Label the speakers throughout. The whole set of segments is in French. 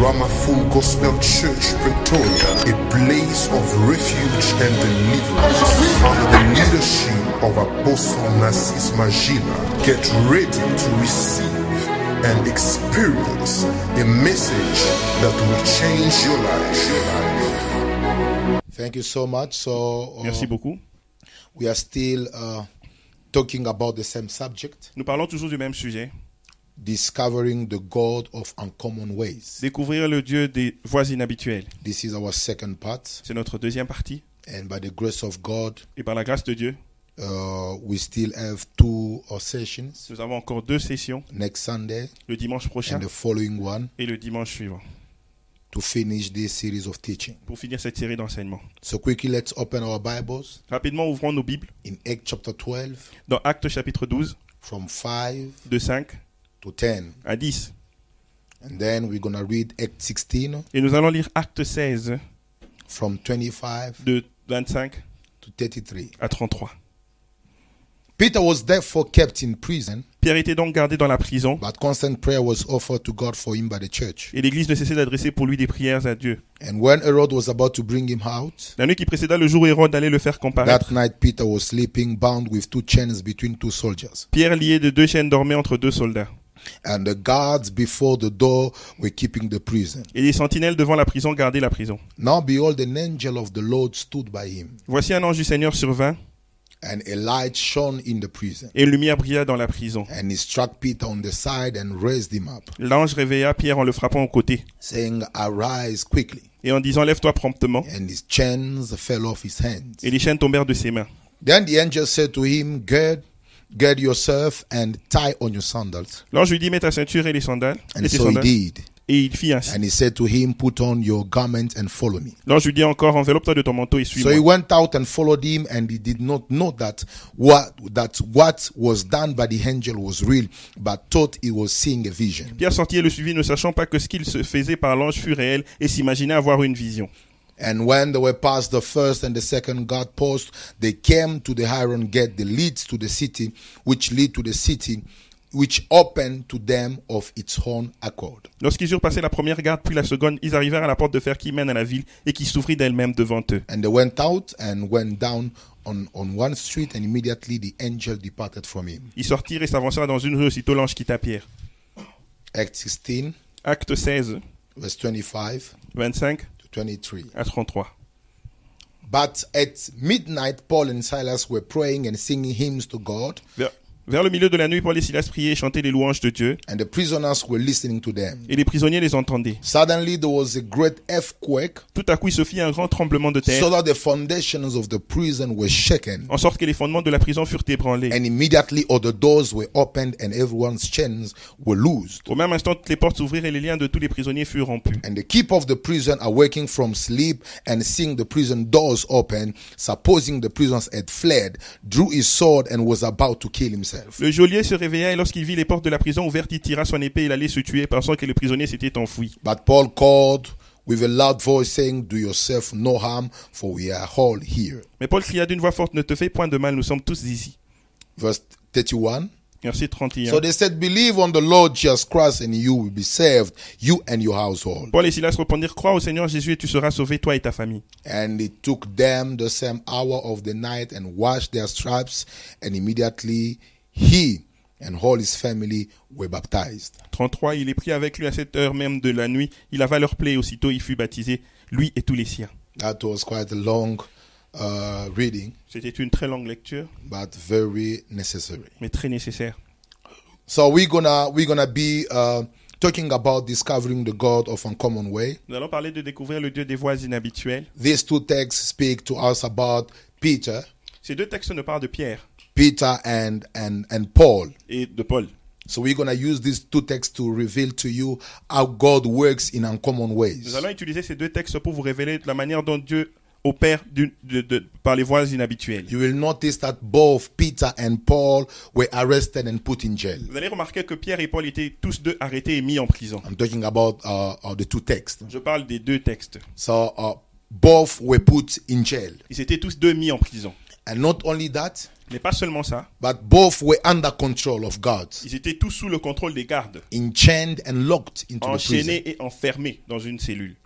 Speaker 1: Ramaphul Gospel Church, Pretoria, a place of refuge and deliverance. Under the leadership of Apostle Narcis Magina, get ready to receive and experience a message that will change your life.
Speaker 2: Thank you so much. So uh,
Speaker 3: Merci beaucoup.
Speaker 2: we are still uh, talking about the same subject,
Speaker 3: Nous parlons toujours du même sujet.
Speaker 2: discovering the God of uncommon ways.
Speaker 3: Découvrir le Dieu des voies inhabituelles.
Speaker 2: This is our second part,
Speaker 3: C'est notre deuxième partie.
Speaker 2: and by the grace of God,
Speaker 3: Et par la grâce de Dieu,
Speaker 2: uh, we still have two uh, sessions
Speaker 3: nous avons encore deux sessions,
Speaker 2: next Sunday
Speaker 3: le dimanche prochain
Speaker 2: and the following one
Speaker 3: et le dimanche suivant,
Speaker 2: to finish this series of teaching.
Speaker 3: pour finir cette série d'enseignements.
Speaker 2: So quickly, let's open our Bibles
Speaker 3: Rapidement, ouvrons nos Bibles
Speaker 2: in Acts chapter 12,
Speaker 3: dans Actes chapitre 12,
Speaker 2: from 5
Speaker 3: de 5
Speaker 2: to 10,
Speaker 3: à 10.
Speaker 2: and then we're gonna read Act 16
Speaker 3: Et nous allons lire Actes 16,
Speaker 2: from 25
Speaker 3: de 25
Speaker 2: to 33.
Speaker 3: à 33.
Speaker 2: Peter was therefore kept in prison,
Speaker 3: Pierre était donc gardé dans la prison,
Speaker 2: but constant prayer was offered to God for him by the church.
Speaker 3: et l'Église ne cessait d'adresser pour lui des prières à Dieu.
Speaker 2: And when Herod was about to bring him out,
Speaker 3: La nuit qui précéda le jour où Hérode allait le faire comparaître,
Speaker 2: that night Peter was sleeping bound with two chains between two soldiers.
Speaker 3: Pierre lié de deux chaînes dormait entre deux soldats.
Speaker 2: And the guards before the door were keeping the prison.
Speaker 3: Et les sentinelles devant la prison gardaient la prison.
Speaker 2: Now behold, an angel of the Lord stood by him,
Speaker 3: Voici un ange du Seigneur survint,
Speaker 2: and a light shone in the prison.
Speaker 3: et une lumière brilla dans la prison.
Speaker 2: And he struck Peter on the side and raised him up,
Speaker 3: L'ange réveilla Pierre en le frappant au côté,
Speaker 2: saying, Arise quickly.
Speaker 3: et en disant Lève-toi promptement.
Speaker 2: And his chains fell off his hands.
Speaker 3: Et les chaînes tombèrent de ses mains.
Speaker 2: Then the angel said to him, Gird, gird yourself and tie on your sandals.
Speaker 3: L'ange lui dit Mets ta ceinture et les sandales. Et,
Speaker 2: And
Speaker 3: ses
Speaker 2: so he
Speaker 3: sandales.
Speaker 2: did.
Speaker 3: et il fit ainsi.
Speaker 2: And he said to him, Put on your garment and follow me.
Speaker 3: L'ange lui dit encore Enveloppe-toi de ton manteau et
Speaker 2: So he
Speaker 3: suis-moi.
Speaker 2: went out and followed him, and he did not know that what that what was done by the angel was real, but thought he was seeing a vision.
Speaker 3: Pierre sortit et le suivit, ne sachant pas que ce qu'il se faisait par l'ange fut réel et s'imaginait avoir une vision.
Speaker 2: And when they were past the first and the second guard post, they came to the iron gate that leads to the city, which lead to the city, which opened to them of its own accord.
Speaker 3: Lorsqu'ils eurent passé la première garde puis la seconde, ils arrivèrent à la porte de fer qui mène à la ville et qui s'ouvrit d'elle-même devant eux.
Speaker 2: And they went out and went down on, on one street, and immediately the angel departed from him.
Speaker 3: Ils sortirent et s'avancèrent dans une rue, aussitôt l'ange quitta Pierre.
Speaker 2: Act 16,
Speaker 3: Acte 16,
Speaker 2: verse 25
Speaker 3: 25
Speaker 2: to 23.
Speaker 3: à 33.
Speaker 2: But at midnight, Paul and Silas were praying and singing hymns to God,
Speaker 3: Vers, vers le milieu de la nuit, Paul et Silas priaient et chantaient les louanges de Dieu,
Speaker 2: and the prisoners were listening to them.
Speaker 3: et les prisonniers les entendaient.
Speaker 2: Suddenly, there was a great earthquake,
Speaker 3: Tout à coup, il se fit un grand tremblement de terre,
Speaker 2: so that the foundations of the prison were shaken.
Speaker 3: en sorte que les fondements de la prison furent ébranlés.
Speaker 2: And immediately, all the doors were opened, and everyone's chains were loosed.
Speaker 3: Au même instant, toutes les portes s'ouvrirent et les liens de tous les prisonniers furent rompus.
Speaker 2: And the keeper of the prison, awaking from sleep and seeing the prison doors open, supposing the prisoners had fled, drew his sword and was about to kill himself.
Speaker 3: Le geôlier se réveilla et lorsqu'il vit les portes de la prison ouvertes, il tira son épée et il allait se tuer, pensant que les prisonniers s'étaient enfuis.
Speaker 2: But Paul called with a loud voice, saying, Do yourself no harm, for we are all here.
Speaker 3: Mais Paul cria d'une voix forte, ne te fais point de mal, nous sommes tous ici.
Speaker 2: Verse 31.
Speaker 3: Verset 31.
Speaker 2: So they said, Believe on the Lord Jesus Christ, and you will be saved, you and your household.
Speaker 3: Paul et Silas répondirent, crois au Seigneur Jésus et tu seras sauvé, toi et ta famille.
Speaker 2: And it took them the same hour of the night and washed their stripes, and immediately he and all his family were baptized.
Speaker 3: 33, il est pris avec lui à cette heure même de la nuit. Il lava leur plaie et aussitôt il fut baptisé, lui et tous les siens.
Speaker 2: That was quite a long uh, reading,
Speaker 3: C'était une très longue lecture,
Speaker 2: but very necessary.
Speaker 3: mais très nécessaire.
Speaker 2: So we're gonna we're gonna be uh, talking about discovering the God of uncommon way.
Speaker 3: Nous allons parler de découvrir le Dieu des voies inhabituelles.
Speaker 2: These two texts speak to us about Peter,
Speaker 3: Ces deux textes ne parlent de Pierre
Speaker 2: Peter and and and Paul.
Speaker 3: et de Paul.
Speaker 2: So we're gonna use these two texts to reveal to you how God works in uncommon ways.
Speaker 3: Nous allons utiliser ces deux textes pour vous révéler la manière dont Dieu opère d'une- de- de- par les voies inhabituelles.
Speaker 2: You will notice that both Peter and Paul were arrested and put in jail.
Speaker 3: Vous allez remarquer que Pierre et Paul étaient tous deux arrêtés et mis en prison.
Speaker 2: I'm talking about uh, uh, the two texts.
Speaker 3: Je parle des deux textes.
Speaker 2: So uh, both were put in jail,
Speaker 3: Ils étaient tous deux mis en prison.
Speaker 2: and not only that,
Speaker 3: Mais pas seulement ça,
Speaker 2: but both were under control of God,
Speaker 3: ils étaient tous sous le contrôle des gardes,
Speaker 2: enchained and locked into the prison.
Speaker 3: enchaînés et enfermés dans une cellule.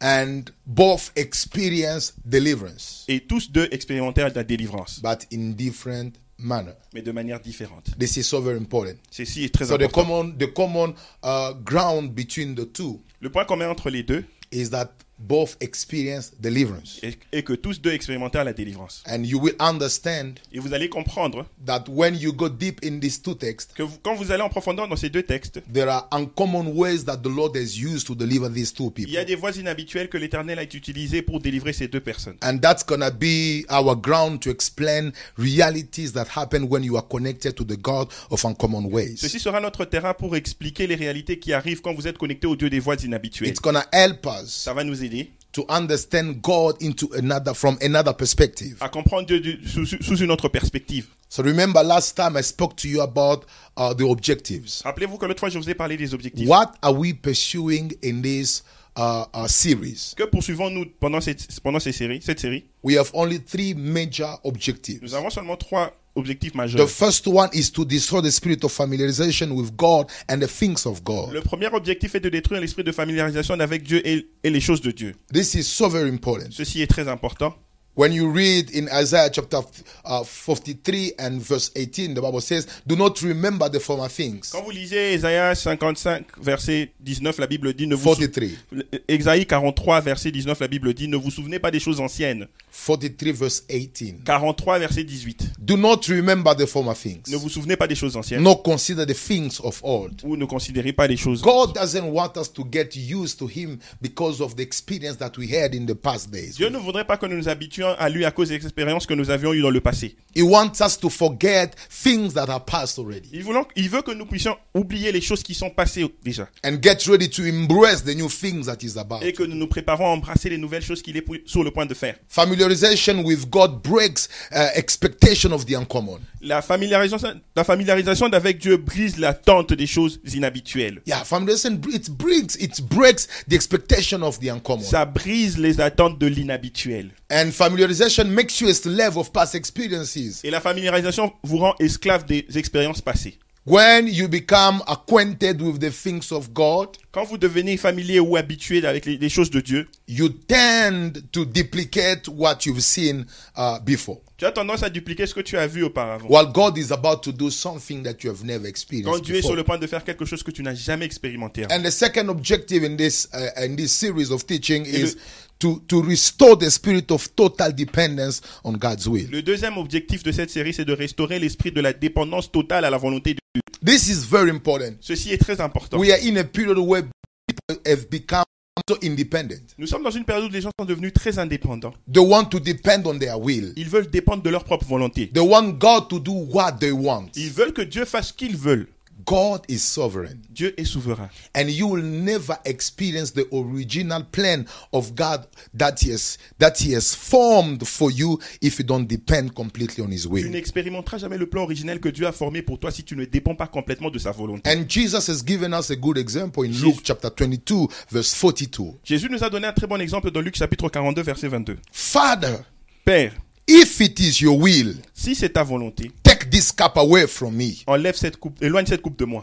Speaker 2: And both experienced deliverance,
Speaker 3: Et tous deux expérimentèrent de la délivrance,
Speaker 2: but in different manner.
Speaker 3: mais de manière différente.
Speaker 2: This is so very important.
Speaker 3: Ceci est très
Speaker 2: So the
Speaker 3: important.
Speaker 2: common the common uh, ground between the two
Speaker 3: Le point commun entre les deux
Speaker 2: is that both experienced deliverance.
Speaker 3: est, est que tous deux expérimentèrent la délivrance.
Speaker 2: And you will understand
Speaker 3: Et vous allez comprendre
Speaker 2: that when you go deep in these two texts,
Speaker 3: que vous- quand vous allez en profondeur dans ces deux textes,
Speaker 2: there are uncommon ways that the Lord has used to deliver these two
Speaker 3: il y
Speaker 2: people.
Speaker 3: a des voies inhabituelles que l'Éternel a utilisées pour délivrer ces deux personnes.
Speaker 2: And that's going to be our ground to explain realities that happen when you are connected to the God of uncommon ways.
Speaker 3: Ceci sera notre terrain pour expliquer les réalités qui arrivent quand vous êtes connecté au Dieu des voies inhabituelles.
Speaker 2: It's going to help us
Speaker 3: Ça va nous aider
Speaker 2: to understand God into another from another perspective.
Speaker 3: à comprendre Dieu du- sous, sous- sous une autre perspective.
Speaker 2: So remember last time I spoke to you about uh, the objectives.
Speaker 3: Rappelez-vous que l'autre fois, je vous ai parlé des objectifs.
Speaker 2: What are we pursuing in this uh, uh, series?
Speaker 3: Que poursuivons-nous pendant, cette, pendant ces séries, cette série
Speaker 2: We have only three major objectives.
Speaker 3: Nous avons seulement trois objectifs
Speaker 2: The
Speaker 3: majeurs.
Speaker 2: first one is to destroy the spirit of familiarization with God and the things of God.
Speaker 3: Le premier objectif est de détruire l'esprit de familiarisation avec Dieu et, et les choses de Dieu.
Speaker 2: This is so very important.
Speaker 3: Ceci est très important.
Speaker 2: When you read in Isaiah chapter uh, 53 and verse 18, the Bible says, Do not remember the former things.
Speaker 3: Quand vous lisez Ésaïe 55, verset 19, la Bible dit ne vous sou-
Speaker 2: 43.
Speaker 3: Ésaïe 43, verset 19, la Bible dit ne vous souvenez pas des choses anciennes.
Speaker 2: 43 verse 18.
Speaker 3: 43, verset 18.
Speaker 2: Do not remember the former
Speaker 3: Ne
Speaker 2: things,
Speaker 3: vous souvenez pas des choses anciennes
Speaker 2: nor consider the things of old.
Speaker 3: ou ne considérez pas les choses.
Speaker 2: God doesn't want us to get used to Him because of the experience that we had in the past days.
Speaker 3: Dieu ne voudrait pas que nous nous habituions à lui à cause des expériences que nous avions eues dans le passé.
Speaker 2: He wants us to forget things that are past already
Speaker 3: Il, voulant- il veut que nous puissions oublier les choses qui sont passées déjà
Speaker 2: and get ready to embrace the new things that He's about.
Speaker 3: et que nous nous préparons à embrasser les nouvelles choses qu'il est pou- sur le point de faire.
Speaker 2: Familiarization with God breaks uh, expectation of the uncommon.
Speaker 3: La familiarisation, la familiarisation avec Dieu brise l'attente des choses inhabituelles.
Speaker 2: Yeah, familiarization it breaks it breaks the expectation of the uncommon.
Speaker 3: Ça brise les attentes de l'inhabituel.
Speaker 2: And familiarization makes you a slave of past experiences.
Speaker 3: Et la familiarisation vous rend esclave des expériences passées.
Speaker 2: When you become acquainted with the things of God,
Speaker 3: Quand vous devenez familier ou habitué avec les, les choses de Dieu,
Speaker 2: you tend to duplicate what you've seen uh, before.
Speaker 3: tu as tendance à dupliquer ce que tu as vu auparavant.
Speaker 2: While God is about to do something that you have never
Speaker 3: Quand
Speaker 2: experienced
Speaker 3: Dieu est sur
Speaker 2: before.
Speaker 3: le point de faire quelque chose que tu n'as jamais expérimenté. avant.
Speaker 2: And the second objective in this uh, in this series of teaching
Speaker 3: le-
Speaker 2: is to to restore the spirit of total dependence on God's will.
Speaker 3: Le deuxième objectif de cette série, c'est de restaurer l'esprit de la dépendance totale à la volonté de Dieu.
Speaker 2: This is very important.
Speaker 3: Ceci est très important.
Speaker 2: We are in a period where people have become so independent.
Speaker 3: Nous sommes dans une période où les gens sont devenus très indépendants.
Speaker 2: They want to depend on their will.
Speaker 3: Ils veulent dépendre de leur propre volonté.
Speaker 2: They want God to do what they want.
Speaker 3: Ils veulent que Dieu fasse ce qu'ils veulent.
Speaker 2: God is sovereign.
Speaker 3: Dieu est souverain.
Speaker 2: and you will never experience the original plan of God that he has that he has formed for you if you don't depend completely on his
Speaker 3: Tu
Speaker 2: will.
Speaker 3: n'expérimenteras jamais le plan originel que Dieu a formé pour toi si tu ne dépends pas complètement de sa volonté.
Speaker 2: And Jesus has given us a good example in
Speaker 3: Jésus-
Speaker 2: Luke chapter 22 verse 42.
Speaker 3: Jésus nous a donné un très bon exemple dans Luc chapitre 42, verset 22.
Speaker 2: Father,
Speaker 3: Père,
Speaker 2: if it is your will,
Speaker 3: si c'est ta volonté,
Speaker 2: take this cup away from me.
Speaker 3: enlève cette coupe, éloigne cette coupe de moi.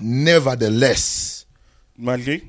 Speaker 2: Nevertheless,
Speaker 3: Malgré,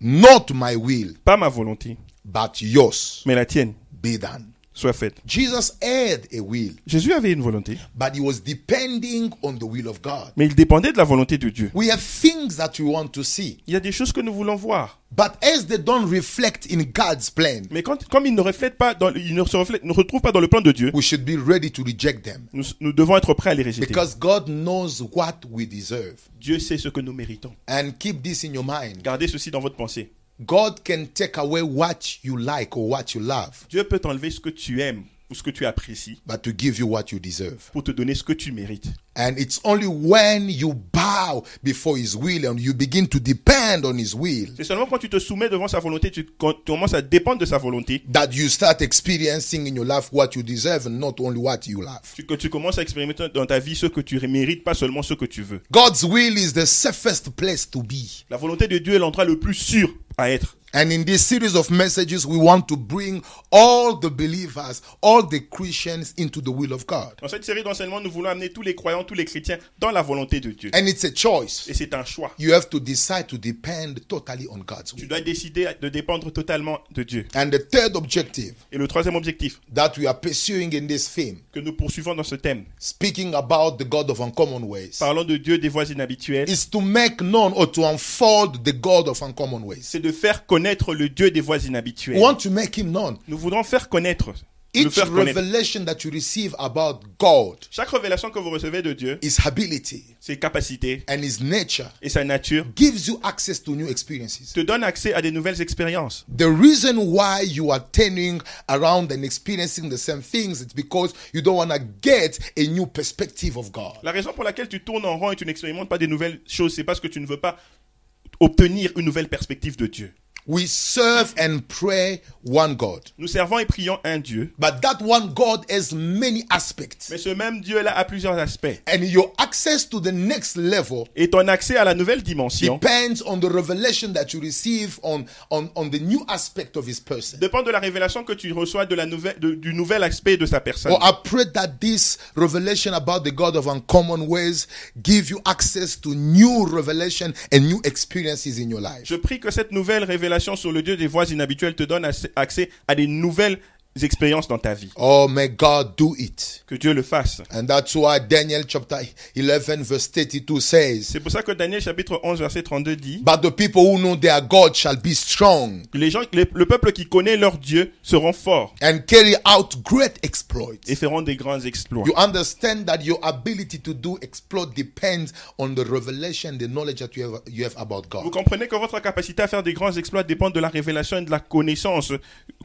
Speaker 2: not my will,
Speaker 3: pas ma volonté,
Speaker 2: but yours
Speaker 3: mais la tienne,
Speaker 2: be done.
Speaker 3: soit faite.
Speaker 2: Jesus had a will,
Speaker 3: Jésus avait une volonté,
Speaker 2: but he was depending on the will of God.
Speaker 3: mais il dépendait de la volonté de Dieu.
Speaker 2: We have things that we want to see.
Speaker 3: Il y a des choses que nous voulons voir,
Speaker 2: But as they don't reflect in God's plan,
Speaker 3: mais quand, comme ils ne reflètent pas, dans, ils ne se reflètent- ne retrouvent pas dans le plan de Dieu,
Speaker 2: we should be ready to reject them
Speaker 3: nous, nous devons être prêts à les rejeter.
Speaker 2: because God knows what we deserve.
Speaker 3: Dieu sait ce que nous méritons.
Speaker 2: And keep this in your mind
Speaker 3: Gardez ceci dans votre pensée.
Speaker 2: God can take away what you like or what you love,
Speaker 3: Dieu peut t'enlever ce que tu aimes ou ce que tu apprécies
Speaker 2: but to give you what you deserve.
Speaker 3: pour te donner ce que tu mérites.
Speaker 2: And it's only when you bow before His will and you begin to depend on His will
Speaker 3: C'est seulement quand tu te soumets devant sa volonté, tu, quand tu commences à dépendre de sa volonté,
Speaker 2: that you start experiencing in your life what you deserve and not only what you love.
Speaker 3: tu- que tu commences à expérimenter dans ta vie ce que tu mérites, pas seulement ce que tu veux.
Speaker 2: God's will is the safest place to be.
Speaker 3: La volonté de Dieu est l'endroit le plus sûr à être.
Speaker 2: And in this series of messages, we want to bring all the believers, all the Christians into the will of God.
Speaker 3: Dans cette série d'enseignements, nous voulons amener tous les croyants, tous les chrétiens dans la volonté de Dieu.
Speaker 2: And it's a choice.
Speaker 3: Et c'est un choix.
Speaker 2: You have to decide to depend totally on God's
Speaker 3: Tu
Speaker 2: will.
Speaker 3: dois décider de dépendre totalement de Dieu.
Speaker 2: And the third objective
Speaker 3: Et le troisième objectif
Speaker 2: that we are pursuing in this theme,
Speaker 3: que nous poursuivons dans ce thème,
Speaker 2: speaking about the God of uncommon ways,
Speaker 3: parlant de Dieu des voies inhabituelles,
Speaker 2: is to make known or to unfold the God of uncommon ways.
Speaker 3: c'est de faire connaître le Dieu des voies
Speaker 2: We
Speaker 3: inhabituelles.
Speaker 2: want to make him known.
Speaker 3: Nous voudrons faire connaître, le
Speaker 2: Each
Speaker 3: faire connaître.
Speaker 2: revelation that you receive about God,
Speaker 3: Chaque révélation que vous recevez de Dieu,
Speaker 2: his ability,
Speaker 3: ses capacités
Speaker 2: and his nature
Speaker 3: et sa nature,
Speaker 2: gives you access to new experiences.
Speaker 3: te donne accès à des nouvelles expériences.
Speaker 2: The reason why you are turning around and experiencing the same things is because you don't want to get a new perspective of God.
Speaker 3: La raison pour laquelle tu tournes en rond et tu n'expérimentes pas des nouvelles choses, c'est parce que tu ne veux pas obtenir une nouvelle perspective de Dieu.
Speaker 2: We serve and pray one God,
Speaker 3: Nous servons et prions un Dieu,
Speaker 2: but that one God has many aspects.
Speaker 3: mais ce même Dieu-là a plusieurs aspects.
Speaker 2: And your access to the next level
Speaker 3: Et ton accès à la nouvelle dimension
Speaker 2: depends on the revelation that you receive on, on, on the new aspect of his person.
Speaker 3: dépend de la révélation que tu reçois de la nouvelle, de- du nouvel aspect de sa personne.
Speaker 2: Or I pray that this revelation about the God of uncommon ways give you access to new revelation and new experiences in your life.
Speaker 3: Je prie que cette nouvelle révélation sur le Dieu des voies inhabituelles te donne assez- accès à des nouvelles expériences dans ta vie.
Speaker 2: Oh, may God do it.
Speaker 3: Que Dieu le fasse.
Speaker 2: And that's why Daniel chapter 11 verse 32 says,
Speaker 3: C'est pour ça que Daniel chapitre 11 verset 32 dit
Speaker 2: But the people who know their God shall be strong
Speaker 3: les gens, les- le peuple qui connaît leur Dieu seront forts
Speaker 2: and carry out great exploits.
Speaker 3: et feront des grands exploits.
Speaker 2: You understand that your ability to do exploit depends on the revelation, the knowledge that you have, you have about
Speaker 3: Vous
Speaker 2: God.
Speaker 3: comprenez que votre capacité à faire des grands exploits dépend de la révélation et de la connaissance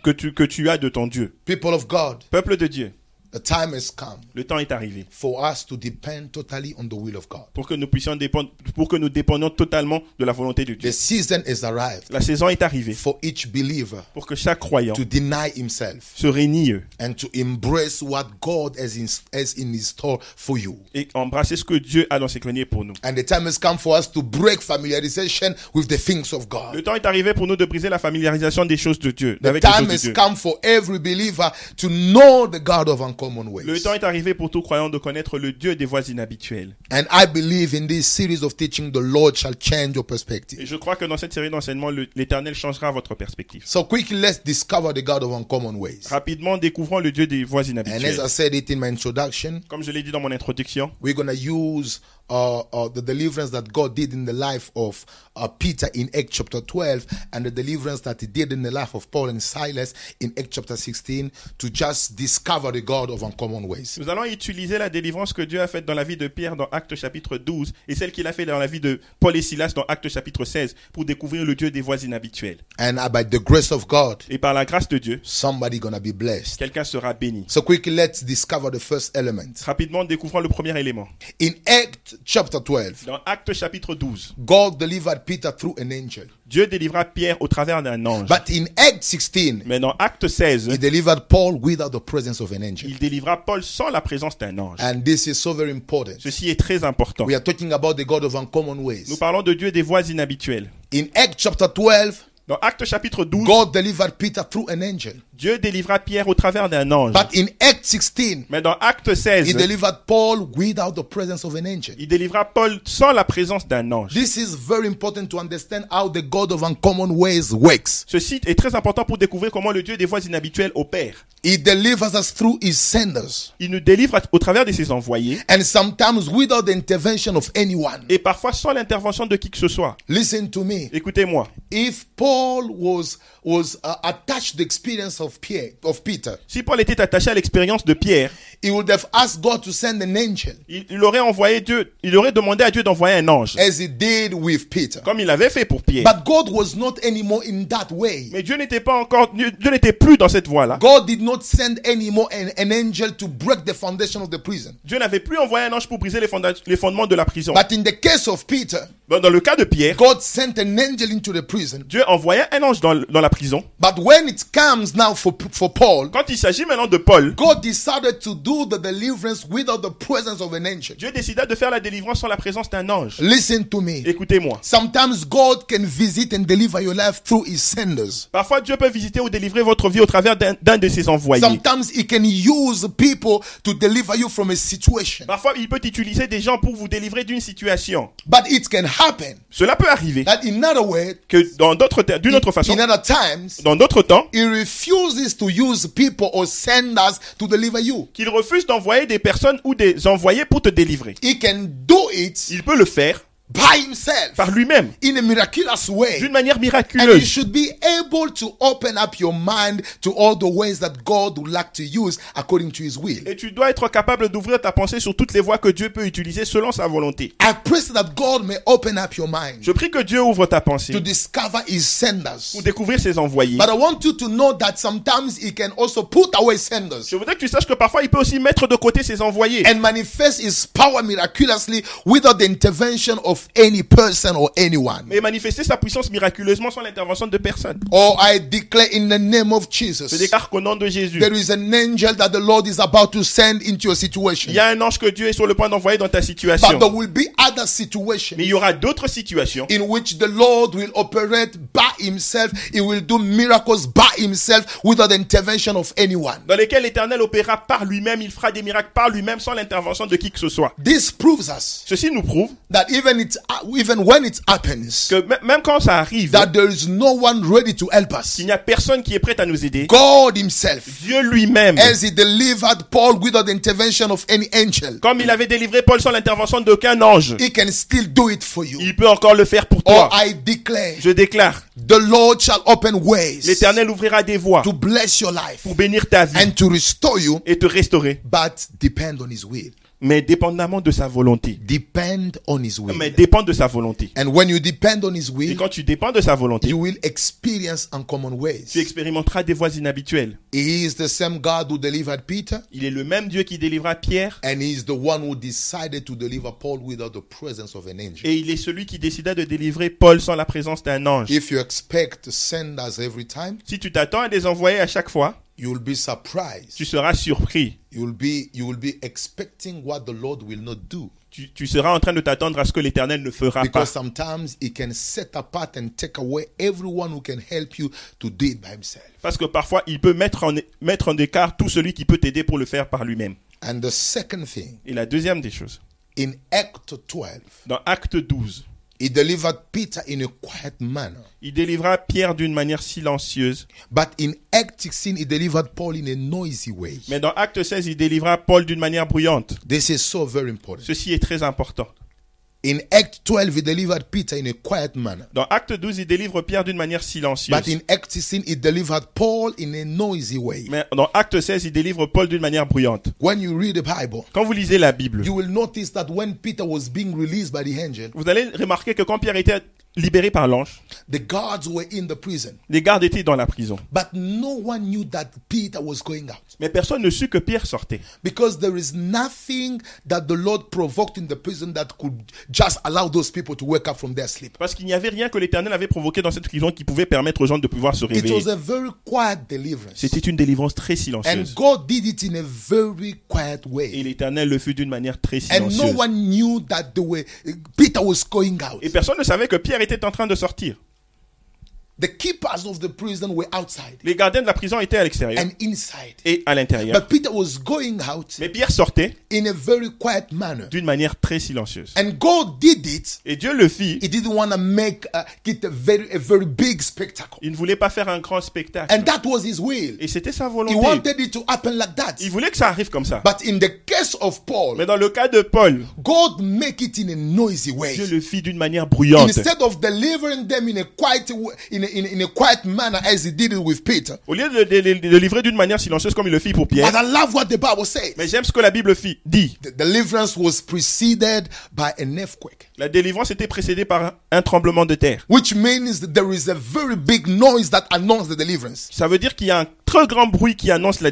Speaker 3: que tu, que tu as de ton Dieu.
Speaker 2: People of God,
Speaker 3: Peuple de Dieu,
Speaker 2: the time has come
Speaker 3: le temps est arrivé
Speaker 2: for us to depend totally on the will of God.
Speaker 3: pour que nous puissions dépendre, pour que nous dépendions totalement de la volonté de Dieu.
Speaker 2: The season has arrived
Speaker 3: La saison est arrivée
Speaker 2: for each believer
Speaker 3: pour que chaque croyant
Speaker 2: to deny himself
Speaker 3: se réunisse
Speaker 2: and to embrace what God has in, has in his store for you.
Speaker 3: et embrasser ce que Dieu a dans ses greniers pour nous.
Speaker 2: And the time has come for us to break familiarization with the things of
Speaker 3: Le
Speaker 2: God.
Speaker 3: temps est arrivé pour nous de briser la familiarisation des choses de Dieu,
Speaker 2: The
Speaker 3: avec les
Speaker 2: time
Speaker 3: choses de
Speaker 2: has
Speaker 3: Dieu.
Speaker 2: come for every believer to know the God of uncommon
Speaker 3: Le
Speaker 2: ways.
Speaker 3: temps est arrivé pour tout croyant de connaître le Dieu des voies inhabituelles.
Speaker 2: And I believe in this series of teaching, the Lord shall change your
Speaker 3: Et
Speaker 2: perspective.
Speaker 3: je crois que dans cette série d'enseignements, le- l'Éternel changera votre perspective.
Speaker 2: So quickly, let's discover the God of uncommon ways.
Speaker 3: Rapidement, découvrons le Dieu des voies
Speaker 2: And as
Speaker 3: inhabituelles.
Speaker 2: I said it in my introduction,
Speaker 3: Comme je l'ai dit dans mon introduction,
Speaker 2: we're going to use uh, uh, the deliverance that God did in the life of uh, Peter in Acts chapter 12 and the deliverance that he did in the life of Paul and Silas in Acts chapter 16 to just discover the God of uncommon ways.
Speaker 3: nous allons utiliser la délivrance que Dieu a faite dans la vie de Pierre dans Acte chapitre 12 et celle qu'il a faite dans la vie de Paul et Silas dans Acte chapitre 16 pour découvrir le Dieu des voies inhabituelles.
Speaker 2: And uh, by the grace of God,
Speaker 3: Et par la grâce de Dieu,
Speaker 2: somebody going to be blessed.
Speaker 3: quelqu'un sera béni.
Speaker 2: So quickly, let's discover the first element.
Speaker 3: Rapidement, découvrons le premier élément.
Speaker 2: In Acts chapter 12,
Speaker 3: Dans Acte chapitre 12,
Speaker 2: God delivered Peter through an angel.
Speaker 3: Dieu délivra Pierre au travers d'un ange.
Speaker 2: But in Acts 16,
Speaker 3: Mais dans Acte
Speaker 2: he
Speaker 3: 16,
Speaker 2: delivered Paul without the presence of an angel.
Speaker 3: il délivra Paul sans la présence d'un ange.
Speaker 2: And this is so very important.
Speaker 3: Ceci est très important.
Speaker 2: We are talking about the God of uncommon
Speaker 3: Nous
Speaker 2: ways.
Speaker 3: parlons de Dieu des voies inhabituelles.
Speaker 2: In Acts chapter 12,
Speaker 3: Dans Acte chapitre 12,
Speaker 2: God delivered Peter through an angel.
Speaker 3: Dieu délivra Pierre au travers d'un ange.
Speaker 2: But in Acts 16,
Speaker 3: Mais dans Acte
Speaker 2: he
Speaker 3: 16,
Speaker 2: delivered Paul without the presence of an angel.
Speaker 3: il délivra Paul sans la présence d'un ange.
Speaker 2: This is very important to understand how the God of uncommon ways works.
Speaker 3: Ceci est très important pour découvrir comment le Dieu des voies inhabituelles opère.
Speaker 2: He delivers us through his senders.
Speaker 3: Il nous délivre à- au travers de ses envoyés
Speaker 2: And sometimes without the intervention of anyone.
Speaker 3: et parfois sans l'intervention de qui que ce soit.
Speaker 2: Listen to me.
Speaker 3: Écoutez-moi,
Speaker 2: if Paul was was uh, attached to the experience of Pierre of Peter,
Speaker 3: si Paul était attaché à l'expérience de Pierre,
Speaker 2: he would have asked God to send an angel,
Speaker 3: il, il aurait envoyé Dieu, il aurait demandé à Dieu d'envoyer un ange,
Speaker 2: as he did with Peter.
Speaker 3: comme il avait fait pour Pierre.
Speaker 2: But God was not anymore in that way.
Speaker 3: Mais Dieu n'était pas encore, Dieu Dieu n'était plus dans cette voie-là.
Speaker 2: God did not send anymore an, an angel to break the foundation of the prison.
Speaker 3: Dieu n'avait plus envoyé un ange pour briser les, fonda- les fondements de la prison.
Speaker 2: But in the case of Peter,
Speaker 3: Dans dans le cas de Pierre,
Speaker 2: God sent an angel into the prison.
Speaker 3: Dieu envoyait un ange dans, le- dans la prison.
Speaker 2: But when it comes now for for Paul,
Speaker 3: Quand il s'agit maintenant de Paul,
Speaker 2: God decided to do the deliverance without the presence of an angel.
Speaker 3: Dieu décida de faire la délivrance sans la présence d'un ange.
Speaker 2: Listen to me.
Speaker 3: Écoutez-moi.
Speaker 2: Sometimes God can visit and deliver your life through his senders.
Speaker 3: Parfois, Dieu peut visiter ou délivrer votre vie au travers d'un d'un de ses envoyés.
Speaker 2: Sometimes he can use people to deliver you from a situation.
Speaker 3: Parfois, il peut utiliser des gens pour vous délivrer d'une situation.
Speaker 2: But it can happen
Speaker 3: Cela peut arriver
Speaker 2: that in other words,
Speaker 3: que dans d'autres ter- d'une autre façon,
Speaker 2: in other times,
Speaker 3: dans d'autres temps,
Speaker 2: he refuses to use people or senders to deliver you.
Speaker 3: qu'il refuse d'envoyer des personnes ou des envoyés pour te délivrer.
Speaker 2: He can do it
Speaker 3: Il peut le faire
Speaker 2: by himself
Speaker 3: par lui-même,
Speaker 2: in a miraculous way.
Speaker 3: d'une manière
Speaker 2: And you
Speaker 3: miraculeuse.
Speaker 2: should be able to open up your mind to all the ways that God would like to use according to His will.
Speaker 3: Et tu dois être capable d'ouvrir ta pensée sur toutes les voies que Dieu peut utiliser selon sa volonté.
Speaker 2: I pray so that God may open up your mind
Speaker 3: Je prie que Dieu ouvre ta pensée
Speaker 2: to discover His senders.
Speaker 3: pour découvrir ses envoyés.
Speaker 2: But I want you to know that sometimes He can also put away senders
Speaker 3: Je voudrais que tu saches que parfois il peut aussi mettre de côté ses envoyés
Speaker 2: and manifest His power miraculously without the intervention of any person or anyone.
Speaker 3: et manifester sa puissance miraculeusement sans l'intervention de personne.
Speaker 2: Or I declare in the name of
Speaker 3: Je
Speaker 2: Jesus,
Speaker 3: déclare qu'au nom de Jésus,
Speaker 2: there is an angel that the Lord is about to send into your
Speaker 3: il
Speaker 2: situation.
Speaker 3: y a un ange que Dieu est sur le point d'envoyer dans ta
Speaker 2: But
Speaker 3: situation.
Speaker 2: there will be other situations
Speaker 3: Mais il y aura d'autres situations
Speaker 2: in which the Lord will operate by himself. He will do miracles by himself without the intervention of anyone.
Speaker 3: dans lesquelles l'Éternel opéra par lui-même, il fera des miracles par lui-même sans l'intervention de qui que ce soit.
Speaker 2: This proves us
Speaker 3: Ceci nous prouve
Speaker 2: that even it, uh, even when it happens,
Speaker 3: que m- même quand ça arrive,
Speaker 2: that there is no one ready to help us.
Speaker 3: qu'il n'y a personne qui est prêt à nous aider,
Speaker 2: God himself,
Speaker 3: Dieu lui-même,
Speaker 2: as he delivered Paul without the intervention of any angel,
Speaker 3: comme il avait délivré Paul sans l'intervention d'aucun ange,
Speaker 2: he can still do it for you.
Speaker 3: il peut encore le faire pour
Speaker 2: Or
Speaker 3: toi.
Speaker 2: I declare,
Speaker 3: Je déclare,
Speaker 2: the Lord shall open ways
Speaker 3: l'Éternel ouvrira des voies
Speaker 2: to bless your life
Speaker 3: pour bénir ta vie
Speaker 2: and to restore you,
Speaker 3: et te restaurer,
Speaker 2: but depend on his will.
Speaker 3: mais dépendamment de sa volonté.
Speaker 2: Depend on his will.
Speaker 3: Mais dépend de sa volonté.
Speaker 2: And when you depend on His
Speaker 3: Et
Speaker 2: will,
Speaker 3: quand tu dépends de sa volonté,
Speaker 2: you will experience uncommon
Speaker 3: tu
Speaker 2: ways.
Speaker 3: expérimenteras des voies inhabituelles.
Speaker 2: He is the same God who delivered Peter,
Speaker 3: Il est le même Dieu qui délivra Pierre
Speaker 2: and He is the one who decided to deliver Paul without the presence of an angel.
Speaker 3: et il est celui qui décida de délivrer Paul sans la présence d'un ange.
Speaker 2: If you expect to send us every time,
Speaker 3: Si tu t'attends à les envoyer à chaque fois,
Speaker 2: you will be surprised.
Speaker 3: tu seras surpris.
Speaker 2: You will be you will be expecting what the Lord will not do.
Speaker 3: Tu, tu seras en train de t'attendre à ce que l'Éternel ne fera pas.
Speaker 2: Because sometimes He can set apart and take away everyone who can help you to do it by Himself.
Speaker 3: Parce que parfois, il peut mettre en, mettre en écart tout celui qui peut t'aider pour le faire par lui-même.
Speaker 2: And the second thing,
Speaker 3: Et la deuxième des choses,
Speaker 2: in Act 12,
Speaker 3: dans Acte 12,
Speaker 2: He delivered Peter in a quiet manner.
Speaker 3: il délivra Pierre d'une manière silencieuse,
Speaker 2: But in Act 16, he delivered Paul in a noisy way.
Speaker 3: mais dans Acte 16, il délivra Paul d'une manière bruyante.
Speaker 2: This is so very important.
Speaker 3: Ceci est très important.
Speaker 2: In Act 12, he delivered Peter in a quiet manner.
Speaker 3: Dans Acte 12, il délivre Pierre d'une manière
Speaker 2: But
Speaker 3: silencieuse.
Speaker 2: in Act 16, he delivered Paul in a noisy way.
Speaker 3: Mais dans Acte 16, il délivre Paul d'une manière bruyante.
Speaker 2: When you read the Bible,
Speaker 3: Quand vous lisez la Bible,
Speaker 2: you will notice that when Peter was being released by the angel,
Speaker 3: vous allez remarquer que quand Pierre était libéré par l'ange,
Speaker 2: the guards were in the prison.
Speaker 3: les gardes étaient dans la prison.
Speaker 2: But no one knew that Peter was going out.
Speaker 3: Mais personne ne sut que Pierre sortait.
Speaker 2: Because there is nothing that the Lord provoked in the prison that could just allow those people to wake up from their sleep.
Speaker 3: Parce qu'il n'y avait rien que l'Éternel avait provoqué dans cette prison qui pouvait permettre aux gens de pouvoir se
Speaker 2: It was
Speaker 3: réveiller.
Speaker 2: a very quiet deliverance.
Speaker 3: C'était une délivrance très
Speaker 2: And
Speaker 3: silencieuse.
Speaker 2: God did it in a very quiet
Speaker 3: Et
Speaker 2: way.
Speaker 3: l'Éternel le fut d'une manière très
Speaker 2: And no
Speaker 3: silencieuse.
Speaker 2: one knew that the way Peter was going out.
Speaker 3: Et personne ne savait que Pierre était en train de sortir.
Speaker 2: The keepers of the prison were outside
Speaker 3: Les gardiens de la prison étaient à l'extérieur
Speaker 2: and inside.
Speaker 3: et à l'intérieur.
Speaker 2: But Peter was going out
Speaker 3: Mais Pierre sortait
Speaker 2: in a very quiet manner.
Speaker 3: d'une manière très silencieuse.
Speaker 2: And God did it.
Speaker 3: Et Dieu le fit.
Speaker 2: He didn't want to make uh, it a very a very big spectacle.
Speaker 3: Il ne voulait pas faire un grand spectacle.
Speaker 2: And that was his will.
Speaker 3: Et c'était sa
Speaker 2: He
Speaker 3: volonté.
Speaker 2: wanted it to happen like that.
Speaker 3: Il voulait que ça arrive comme ça.
Speaker 2: But in the case of Paul,
Speaker 3: Mais dans le cas de Paul,
Speaker 2: God make it in a noisy way.
Speaker 3: Dieu le fit d'une manière bruyante.
Speaker 2: Instead of delivering them in a quiet w- in a, in, a- in a quiet manner as he did it with Peter.
Speaker 3: Au lieu de le livrer d'une manière silencieuse comme il le fit pour
Speaker 2: But
Speaker 3: Pierre.
Speaker 2: I love what the Bible says.
Speaker 3: Mais j'aime ce que la Bible fit, dit.
Speaker 2: The deliverance was preceded by an earthquake,
Speaker 3: La délivrance était précédée par un- un tremblement de terre.
Speaker 2: which means that there is a very big noise that announced the deliverance.
Speaker 3: Ça veut dire qu'il y a un très grand bruit qui annonce la
Speaker 2: And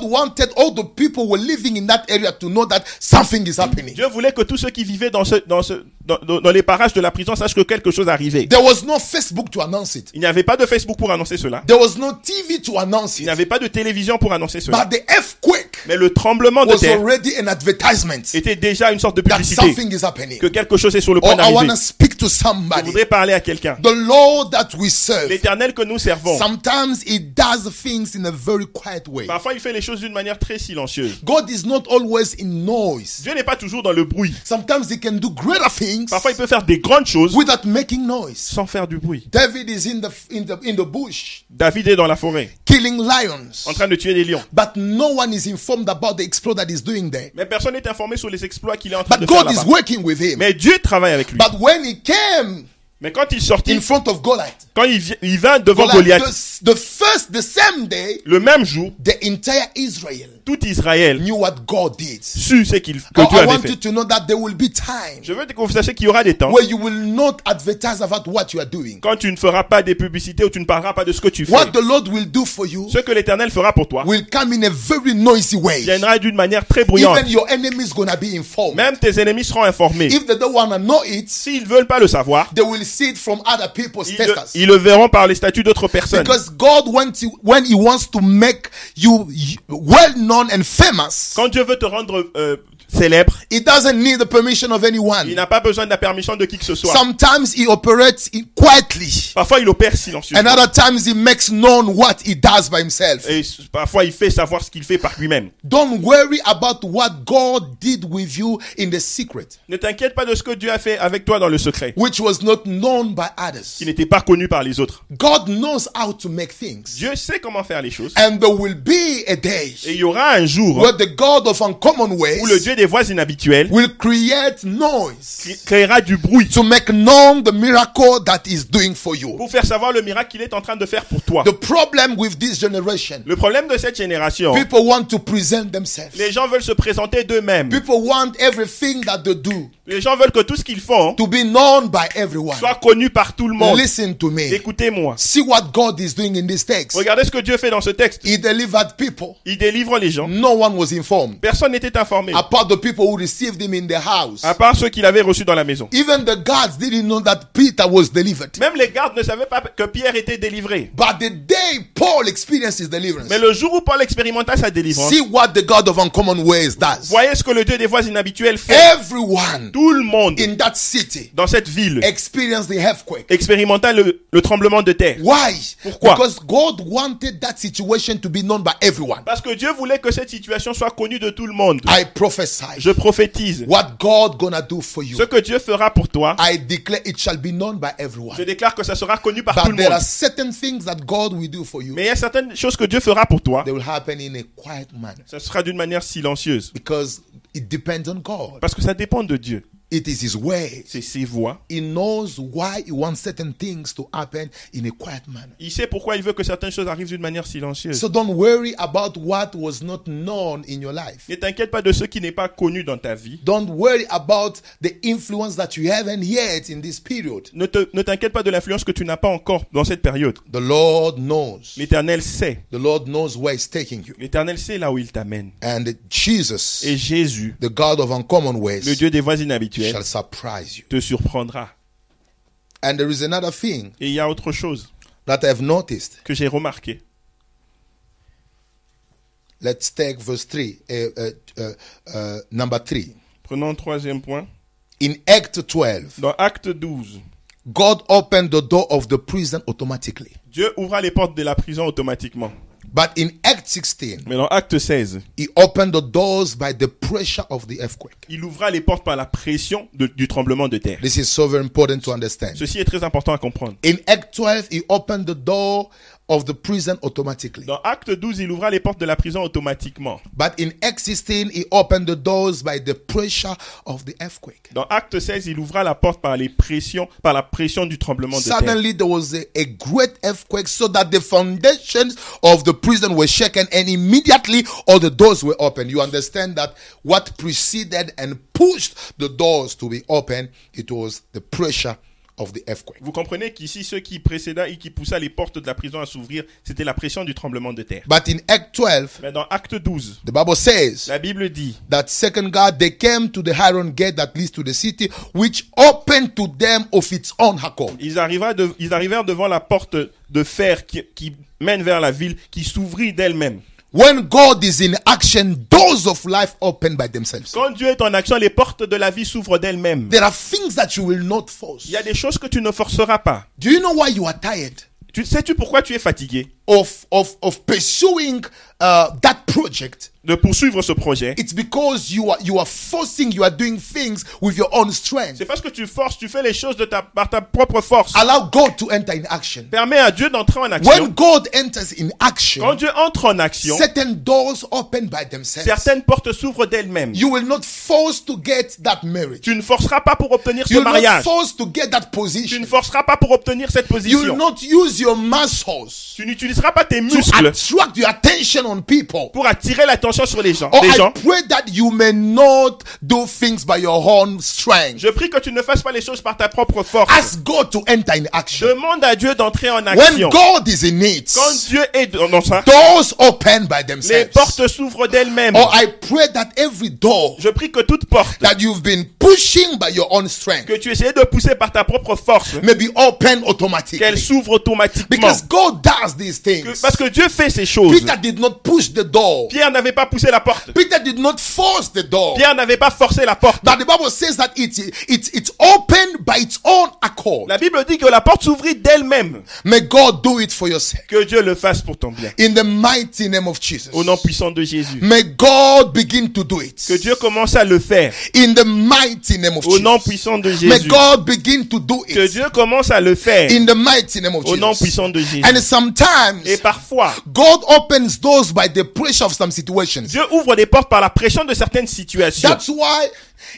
Speaker 2: God wanted all the people who were living in that area to know that something is happening.
Speaker 3: Dieu voulait que tous ceux qui vivaient dans, ce, dans, ce, dans, dans- dans les parages de la prison sachent que quelque chose arrivait.
Speaker 2: There was no Facebook to announce it.
Speaker 3: Il n'y avait pas de Facebook pour annoncer cela.
Speaker 2: There was no TV to announce
Speaker 3: Il n'y
Speaker 2: it.
Speaker 3: avait pas de télévision pour annoncer cela.
Speaker 2: But the earthquake
Speaker 3: Mais le tremblement de
Speaker 2: was
Speaker 3: terre
Speaker 2: already an advertisement
Speaker 3: était déjà une sorte de
Speaker 2: that
Speaker 3: publicité.
Speaker 2: something is happening.
Speaker 3: Que quelque chose est sur le
Speaker 2: Or,
Speaker 3: point
Speaker 2: I want
Speaker 3: d'arriver.
Speaker 2: to speak to
Speaker 3: Je
Speaker 2: somebody.
Speaker 3: voudrais parler à quelqu'un.
Speaker 2: The Lord that we serve,
Speaker 3: L'éternel que nous servons,
Speaker 2: sometimes He does things in a very quiet way.
Speaker 3: parfois il fait les choses d'une manière très silencieuse.
Speaker 2: God is not always in noise.
Speaker 3: Dieu n'est pas toujours dans le bruit.
Speaker 2: Sometimes He can do greater things
Speaker 3: Parfois il peut faire des grandes choses
Speaker 2: without making noise.
Speaker 3: sans faire du bruit.
Speaker 2: David is in the in the in the bush
Speaker 3: David est dans la forêt,
Speaker 2: killing lions,
Speaker 3: en train de tuer des lions.
Speaker 2: but no one is informed about the exploit that he's doing there.
Speaker 3: Mais personne n'est informé sur les exploits qu'il est en train de
Speaker 2: But
Speaker 3: faire
Speaker 2: God is
Speaker 3: là-bas.
Speaker 2: working with him.
Speaker 3: Mais Dieu travaille avec lui.
Speaker 2: But when he came
Speaker 3: Mais quand il
Speaker 2: in
Speaker 3: sortit,
Speaker 2: front of Goliath,
Speaker 3: quand il, vi- il vint devant
Speaker 2: Goliath
Speaker 3: Goliath,
Speaker 2: the, the first the same day,
Speaker 3: le même jour,
Speaker 2: the entire Israel
Speaker 3: tout Israël
Speaker 2: knew what God did.
Speaker 3: sut ce qu'il que
Speaker 2: Now,
Speaker 3: Dieu
Speaker 2: I
Speaker 3: avait
Speaker 2: want you
Speaker 3: fait.
Speaker 2: to know that there will be times
Speaker 3: Je veux que vous sachiez qu'il y aura des temps
Speaker 2: where you will not advertise about what you are doing.
Speaker 3: quand tu ne feras pas des publicités ou tu ne parleras pas de ce que tu fais.
Speaker 2: What the Lord will do for you
Speaker 3: Ce que l'Éternel fera pour toi
Speaker 2: will come in a very noisy way.
Speaker 3: viendra d'une manière très bruyante.
Speaker 2: Even your enemy is gonna be informed.
Speaker 3: Même tes ennemis seront informés.
Speaker 2: If they don't wanna know it,
Speaker 3: S'ils veulent pas le savoir,
Speaker 2: they will see it from other people's
Speaker 3: ils le,
Speaker 2: testers.
Speaker 3: ils le verront par les statuts d'autres personnes.
Speaker 2: Because God wants to, when He wants to make you well known and famous,
Speaker 3: Quand Dieu veut te rendre euh, célèbre,
Speaker 2: He doesn't need the permission of
Speaker 3: il
Speaker 2: anyone.
Speaker 3: n'a pas besoin de la permission de qui que ce soit.
Speaker 2: Sometimes He operates in- quietly,
Speaker 3: Parfois, il opère silencieux.
Speaker 2: and other times He makes known what He does by Himself.
Speaker 3: Et s- parfois, il fait savoir ce qu'il fait par lui-même.
Speaker 2: Don't worry about what God did with you in the secret,
Speaker 3: Ne t'inquiète pas de ce que Dieu a fait avec toi dans le secret,
Speaker 2: which was not known by others.
Speaker 3: qui n'était pas connu par les autres.
Speaker 2: God knows how to make things,
Speaker 3: Dieu sait comment faire les choses.
Speaker 2: and there will be a day
Speaker 3: Et il y aura un jour hein,
Speaker 2: where the God of uncommon
Speaker 3: où le
Speaker 2: ways
Speaker 3: Dieu des voix inhabituelles
Speaker 2: will create noise.
Speaker 3: cr- créera du bruit
Speaker 2: to make known the miracle that is doing for you.
Speaker 3: pour faire savoir le miracle qu'il est en train de faire pour toi.
Speaker 2: The problem with this generation,
Speaker 3: Le problème de cette génération,
Speaker 2: people want to present themselves.
Speaker 3: les gens veulent se présenter d'eux-mêmes.
Speaker 2: People want everything that they do
Speaker 3: Les gens veulent que tout ce qu'ils font
Speaker 2: to be known by everyone.
Speaker 3: soit connu par tout le monde.
Speaker 2: Listen to me.
Speaker 3: Écoutez-moi.
Speaker 2: See what God is doing in this text.
Speaker 3: Regardez ce que Dieu fait dans ce texte.
Speaker 2: He delivered people.
Speaker 3: Il délivre les gens.
Speaker 2: No one was informed,
Speaker 3: Personne n'était informé,
Speaker 2: apart the people who received him in the house.
Speaker 3: à part ceux qu'il avait reçus dans la maison.
Speaker 2: Even the guards didn't know that Peter was delivered.
Speaker 3: Même les gardes ne savaient pas que Pierre était délivré.
Speaker 2: But the day Paul experienced his deliverance,
Speaker 3: Mais le jour où Paul expérimenta sa délivrance,
Speaker 2: see what the God of uncommon ways does.
Speaker 3: voyez ce que le Dieu des voies inhabituelles fait.
Speaker 2: Everyone
Speaker 3: Tout le monde
Speaker 2: in that city
Speaker 3: dans cette ville
Speaker 2: experienced the earthquake.
Speaker 3: expérimenta le, le tremblement de terre.
Speaker 2: Why?
Speaker 3: Pourquoi?
Speaker 2: Because God wanted that situation to be known by everyone.
Speaker 3: Parce que Dieu voulait que cette situation soit connue de tout le monde.
Speaker 2: I prophesy
Speaker 3: Je prophétise.
Speaker 2: what God gonna do for
Speaker 3: Ce
Speaker 2: you.
Speaker 3: que Dieu fera pour toi,
Speaker 2: I declare it shall be known by
Speaker 3: je
Speaker 2: everyone.
Speaker 3: déclare que ça sera connu par tout
Speaker 2: But
Speaker 3: le
Speaker 2: there
Speaker 3: monde.
Speaker 2: are certain things that God will do for you.
Speaker 3: Mais il y a certaines choses que Dieu fera pour toi.
Speaker 2: They will happen in a quiet manner
Speaker 3: Ça sera d'une manière silencieuse.
Speaker 2: because it depends on God.
Speaker 3: Parce que ça dépend de Dieu.
Speaker 2: It is His way.
Speaker 3: C'est ses voix.
Speaker 2: He knows why He wants certain things to happen in a quiet manner.
Speaker 3: Il sait pourquoi il veut que certaines choses arrivent d'une manière silencieuse.
Speaker 2: So don't worry about what was not known in your life.
Speaker 3: ne t'inquiète pas de ce qui n'est pas connu dans ta vie.
Speaker 2: Don't worry about the influence that you haven't yet in this period.
Speaker 3: Ne te- ne t'inquiète pas de l'influence que tu n'as pas encore dans cette période.
Speaker 2: The Lord knows.
Speaker 3: L'Éternel sait.
Speaker 2: The Lord knows where He's taking you.
Speaker 3: L'Éternel sait là où il t'amène.
Speaker 2: And Jesus,
Speaker 3: Et Jésus,
Speaker 2: the God of uncommon
Speaker 3: le
Speaker 2: ways,
Speaker 3: Dieu des voies inhabituelles,
Speaker 2: shall surprise you.
Speaker 3: te surprendra.
Speaker 2: And there is another thing
Speaker 3: Et il y a autre chose
Speaker 2: that I've noticed.
Speaker 3: que j'ai remarqué.
Speaker 2: Let's take verse 3, uh, uh, uh, uh, number 3.
Speaker 3: Prenons un troisième point.
Speaker 2: In Act 12,
Speaker 3: Dans Acte 12,
Speaker 2: God opened the door of the prison automatically.
Speaker 3: Dieu ouvra les portes de la prison automatiquement.
Speaker 2: But in Act 16,
Speaker 3: Mais dans Acte 16,
Speaker 2: He opened the doors by the pressure of the earthquake.
Speaker 3: il ouvra les portes par la pression de- du tremblement de terre.
Speaker 2: This is so very important to understand.
Speaker 3: Ceci est très important à comprendre.
Speaker 2: In Act 12, he opened the door of the prison automatically.
Speaker 3: Dans Acte 12, il ouvra les portes de la prison automatiquement.
Speaker 2: But in Act 16, he opened the doors by the pressure of the earthquake.
Speaker 3: Dans Acte 16, il ouvra la porte par les pressions, par la pression du tremblement de terre.
Speaker 2: Suddenly, there was a, a great earthquake, so that the foundations of the prison were shaken, and immediately all the doors were opened. You understand that what preceded and pushed the doors to be open, it was the pressure of the earthquake.
Speaker 3: Vous comprenez qu'ici, ce qui précéda et qui poussa les portes de la prison à s'ouvrir, c'était la pression du tremblement de terre.
Speaker 2: But in Act 12,
Speaker 3: Mais dans Acte 12,
Speaker 2: the Bible says,
Speaker 3: la Bible dit
Speaker 2: that second guard they came to the iron gate that leads to the city which opened to them of its own accord
Speaker 3: ils, arriva de- ils arrivèrent devant la porte de fer qui, qui mène vers la ville, qui s'ouvrit d'elle-même.
Speaker 2: When God is in action, doors of life open by themselves.
Speaker 3: Quand Dieu est en action, les portes de la vie s'ouvrent d'elles-mêmes.
Speaker 2: There are things that you will not
Speaker 3: Il
Speaker 2: force.
Speaker 3: y a des choses que tu ne forceras pas.
Speaker 2: Do you know why you are tired
Speaker 3: Tu sais-tu pourquoi tu es fatigué
Speaker 2: of of of pursuing uh, that project?
Speaker 3: de poursuivre ce projet
Speaker 2: It's because you are you are forcing, you are doing things with your own strength.
Speaker 3: C'est parce que tu forces, tu fais les choses de ta, par ta propre force.
Speaker 2: Allow God to enter in action.
Speaker 3: Permets à Dieu d'entrer en action.
Speaker 2: When God enters in
Speaker 3: Quand
Speaker 2: action,
Speaker 3: Dieu entre en action,
Speaker 2: certain doors open by themselves.
Speaker 3: certaines portes s'ouvrent d'elles-mêmes.
Speaker 2: You will not force to get that marriage.
Speaker 3: Tu ne forceras pas pour obtenir ce
Speaker 2: You will not
Speaker 3: mariage.
Speaker 2: force to get that
Speaker 3: Tu ne
Speaker 2: position.
Speaker 3: forceras pas pour obtenir cette
Speaker 2: You will
Speaker 3: position.
Speaker 2: not use your muscles
Speaker 3: Tu n'utiliseras pas tes
Speaker 2: to
Speaker 3: muscles
Speaker 2: attract your attention on people.
Speaker 3: pour attirer l'attention sur les gens.
Speaker 2: Or
Speaker 3: les
Speaker 2: Oh, I
Speaker 3: gens.
Speaker 2: pray that you may not do things by your own strength.
Speaker 3: Je prie que tu ne fasses pas les choses par ta propre force.
Speaker 2: Ask God to enter in action.
Speaker 3: Demande à Dieu d'entrer en
Speaker 2: When
Speaker 3: action.
Speaker 2: God is in it,
Speaker 3: Quand Dieu est dans dans ça,
Speaker 2: doors open by
Speaker 3: les
Speaker 2: themselves.
Speaker 3: portes s'ouvrent d'elles-mêmes.
Speaker 2: Or Oh, I pray that every door
Speaker 3: Je prie que toute porte
Speaker 2: that you've been pushing by your own strength
Speaker 3: que tu essayais de pousser par ta propre force,
Speaker 2: may be open automatically.
Speaker 3: qu'elle s'ouvre automatiquement.
Speaker 2: Because God does these
Speaker 3: Que-
Speaker 2: things.
Speaker 3: Parce que Dieu fait ces choses.
Speaker 2: Peter did not push the door.
Speaker 3: Pierre n'avait pas poussé la porte.
Speaker 2: Peter did not force the door.
Speaker 3: Pierre n'avait pas forcé la porte.
Speaker 2: But the Bible says that it it it opened by its own accord.
Speaker 3: La Bible dit que la porte s'ouvrit d'elle-même.
Speaker 2: May God do it for your sake.
Speaker 3: Que Dieu le fasse pour ton bien.
Speaker 2: In the mighty name of Jesus.
Speaker 3: Au nom puissant de Jésus.
Speaker 2: May God begin to do it.
Speaker 3: Que Dieu commence à le faire.
Speaker 2: In the mighty name of
Speaker 3: Au nom
Speaker 2: Jesus.
Speaker 3: puissant de
Speaker 2: May
Speaker 3: Jésus.
Speaker 2: God begin to do
Speaker 3: Que
Speaker 2: it.
Speaker 3: Dieu commence à le faire.
Speaker 2: In the mighty name of
Speaker 3: Au nom
Speaker 2: Jesus.
Speaker 3: puissant de Jésus.
Speaker 2: And sometimes
Speaker 3: Et parfois,
Speaker 2: God opens doors by the pressure of some situations.
Speaker 3: Dieu ouvre des portes par la pression de certaines situations.
Speaker 2: That's why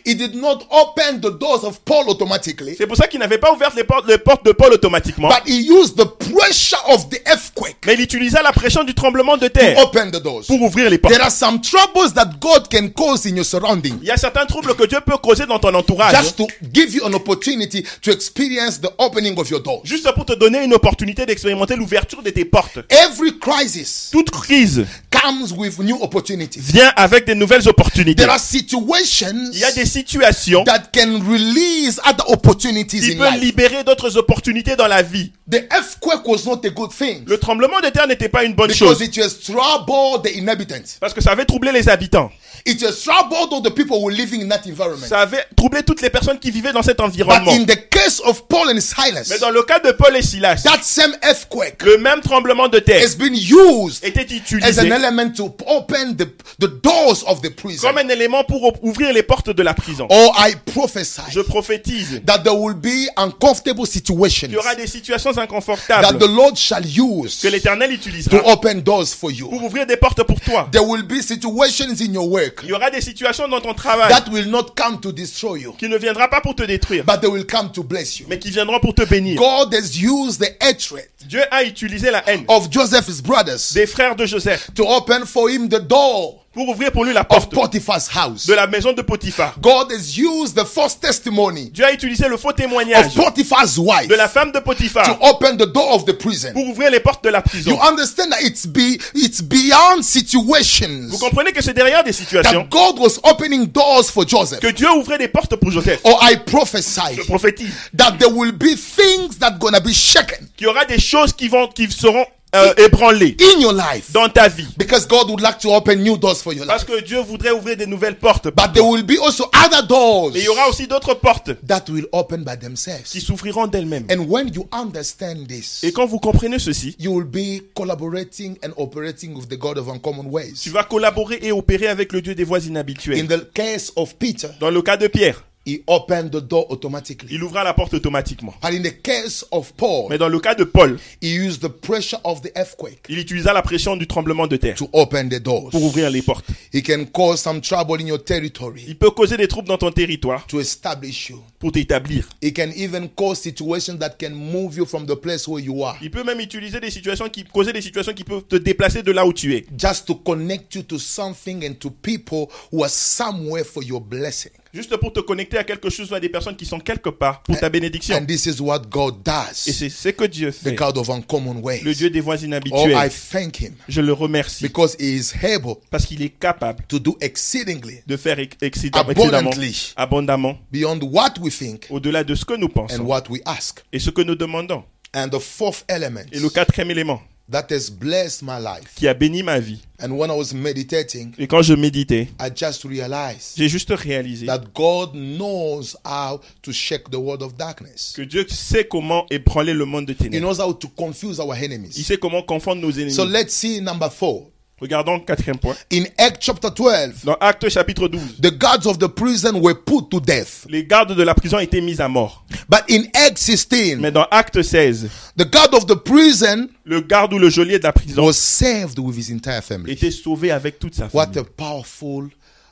Speaker 2: He did not open the doors of Paul automatically,
Speaker 3: C'est pour ça qu'il n'avait pas ouvert les portes, les portes de Paul automatiquement.
Speaker 2: but He used the pressure of the earthquake
Speaker 3: Mais il utilisa la pression du tremblement de
Speaker 2: to
Speaker 3: terre
Speaker 2: open the doors.
Speaker 3: pour ouvrir les portes.
Speaker 2: There are some troubles that God can cause in your
Speaker 3: Il
Speaker 2: surrounding
Speaker 3: y a certains troubles que Dieu peut causer dans ton entourage.
Speaker 2: just to give you an opportunity to experience the opening of your doors.
Speaker 3: Juste pour te donner une opportunité d'expérimenter l'ouverture de tes portes.
Speaker 2: Every crisis
Speaker 3: Toute crise
Speaker 2: comes with new opportunities.
Speaker 3: vient avec des nouvelles opportunités.
Speaker 2: There are
Speaker 3: Il
Speaker 2: situations
Speaker 3: y a des situations
Speaker 2: that can release other opportunities
Speaker 3: qui
Speaker 2: in
Speaker 3: peuvent
Speaker 2: life.
Speaker 3: libérer d'autres opportunités dans la vie.
Speaker 2: The earthquake was not a good thing.
Speaker 3: Le tremblement de terre n'était pas une bonne
Speaker 2: Because
Speaker 3: chose
Speaker 2: it has troubled the inhabitants.
Speaker 3: parce que ça avait troublé les habitants.
Speaker 2: It has troubled all the people who were living in that environment.
Speaker 3: Ça avait troublé toutes les personnes qui vivaient dans cet
Speaker 2: But
Speaker 3: environnement.
Speaker 2: in the case of Paul and Silas,
Speaker 3: Mais dans le cas de Paul et Silas,
Speaker 2: that same earthquake
Speaker 3: le même tremblement de terre
Speaker 2: has been used
Speaker 3: était
Speaker 2: as an
Speaker 3: utilisé
Speaker 2: element to open the, the doors of the prison.
Speaker 3: comme un élément pour op- ouvrir les portes de la prison.
Speaker 2: Or I
Speaker 3: Je
Speaker 2: prophesy
Speaker 3: prophétise
Speaker 2: Oh. that there will be uncomfortable situations
Speaker 3: qu'il y aura des situations
Speaker 2: that the
Speaker 3: inconfortables
Speaker 2: Lord shall use
Speaker 3: que
Speaker 2: to
Speaker 3: l'Éternel utilisera
Speaker 2: open doors for
Speaker 3: pour
Speaker 2: you.
Speaker 3: ouvrir des portes pour toi.
Speaker 2: There will be situations in your work
Speaker 3: Il y aura des situations dans ton travail
Speaker 2: that will not come to destroy you,
Speaker 3: qui ne viendra pas pour te détruire,
Speaker 2: but they will come to bless you.
Speaker 3: mais qui viendront pour te bénir.
Speaker 2: God has used the hatred
Speaker 3: Dieu a utilisé la haine
Speaker 2: of Joseph's brothers
Speaker 3: des frères de Joseph
Speaker 2: to open for him the door
Speaker 3: pour ouvrir pour lui la
Speaker 2: of
Speaker 3: porte
Speaker 2: Potiphar's house.
Speaker 3: de la maison de Potiphar.
Speaker 2: God has used the false testimony
Speaker 3: Dieu a utilisé le faux
Speaker 2: of
Speaker 3: témoignage
Speaker 2: Potiphar's wife
Speaker 3: de la
Speaker 2: to
Speaker 3: femme de Potiphar
Speaker 2: open the door of the prison.
Speaker 3: pour ouvrir les portes de la
Speaker 2: You
Speaker 3: prison.
Speaker 2: understand that it's be it's beyond
Speaker 3: Vous
Speaker 2: situations
Speaker 3: comprenez que c'est derrière des situations
Speaker 2: that God was opening doors for Joseph.
Speaker 3: que Dieu ouvrait des portes pour Joseph.
Speaker 2: Or I
Speaker 3: Je
Speaker 2: prophesy
Speaker 3: prophétise
Speaker 2: that there will be things that gonna be shaken
Speaker 3: qu'il y aura des choses qui vont, qui seront euh, ébranlées
Speaker 2: in your life
Speaker 3: dans ta vie.
Speaker 2: because God would like to open new doors for your life.
Speaker 3: Parce que Dieu voudrait ouvrir des nouvelles portes. pour
Speaker 2: But there
Speaker 3: toi.
Speaker 2: will be also other doors
Speaker 3: Mais il y aura aussi d'autres portes
Speaker 2: that will open by themselves.
Speaker 3: qui s'ouvriront d'elles-mêmes.
Speaker 2: And when you understand this,
Speaker 3: Et quand vous comprenez ceci,
Speaker 2: you will be collaborating and operating with the God of uncommon
Speaker 3: tu
Speaker 2: ways.
Speaker 3: vas collaborer et opérer avec le Dieu des voies
Speaker 2: In
Speaker 3: inhabituelles.
Speaker 2: the case of Peter,
Speaker 3: Dans le cas de Pierre,
Speaker 2: he opened the door automatically.
Speaker 3: il ouvra la porte automatiquement.
Speaker 2: But in the case of Paul,
Speaker 3: Mais dans le cas de Paul,
Speaker 2: he used the pressure of the earthquake
Speaker 3: il utilisa la pression du tremblement de terre
Speaker 2: to open the doors.
Speaker 3: pour ouvrir les portes.
Speaker 2: He can cause some trouble in your territory
Speaker 3: Il peut causer des troubles dans ton territoire
Speaker 2: to establish you.
Speaker 3: pour t'établir.
Speaker 2: He can even cause situations that can move you from the place where you are
Speaker 3: Il peut même utiliser des situations qui causer des situations qui peuvent te déplacer de là où tu es,
Speaker 2: just to connect you to something and to people who are somewhere for your blessing.
Speaker 3: juste pour te connecter à quelque chose ou à des personnes qui sont quelque part pour ta bénédiction.
Speaker 2: And this is what God
Speaker 3: Et
Speaker 2: does.
Speaker 3: c'est ce que Dieu
Speaker 2: The
Speaker 3: fait,
Speaker 2: God of uncommon
Speaker 3: le
Speaker 2: ways.
Speaker 3: Dieu des voies
Speaker 2: Oh, I
Speaker 3: inhabituelles.
Speaker 2: thank him
Speaker 3: Je le remercie
Speaker 2: because he is able
Speaker 3: parce qu'il est capable
Speaker 2: to do exceedingly
Speaker 3: de faire ex- excida- excelemment,
Speaker 2: Abundantly.
Speaker 3: abondamment,
Speaker 2: beyond what we think
Speaker 3: au-delà de ce que nous
Speaker 2: and
Speaker 3: pensons
Speaker 2: what we ask.
Speaker 3: et ce que nous demandons.
Speaker 2: And the fourth element
Speaker 3: Et le quatrième élément,
Speaker 2: that has blessed my life.
Speaker 3: qui a béni ma vie.
Speaker 2: And when I was meditating,
Speaker 3: Et quand je méditais,
Speaker 2: I just realized
Speaker 3: j'ai juste réalisé
Speaker 2: that God knows how to shake the world of darkness.
Speaker 3: que Dieu sait comment ébranler le monde de
Speaker 2: He
Speaker 3: ténèbres.
Speaker 2: knows how to confuse our
Speaker 3: Il
Speaker 2: enemies.
Speaker 3: sait comment confondre nos ennemis.
Speaker 2: So let's see number four.
Speaker 3: Regardons le quatrième point.
Speaker 2: In Acts chapter 12,
Speaker 3: Dans Acte chapitre 12,
Speaker 2: the guards of the prison were put to death.
Speaker 3: les gardes de la prison étaient mis à mort.
Speaker 2: But in Acts 16,
Speaker 3: Mais dans Acte 16,
Speaker 2: the guard of the prison
Speaker 3: le garde ou le geôlier de la prison
Speaker 2: was saved with his entire family.
Speaker 3: était sauvé avec toute sa famille.
Speaker 2: What a powerful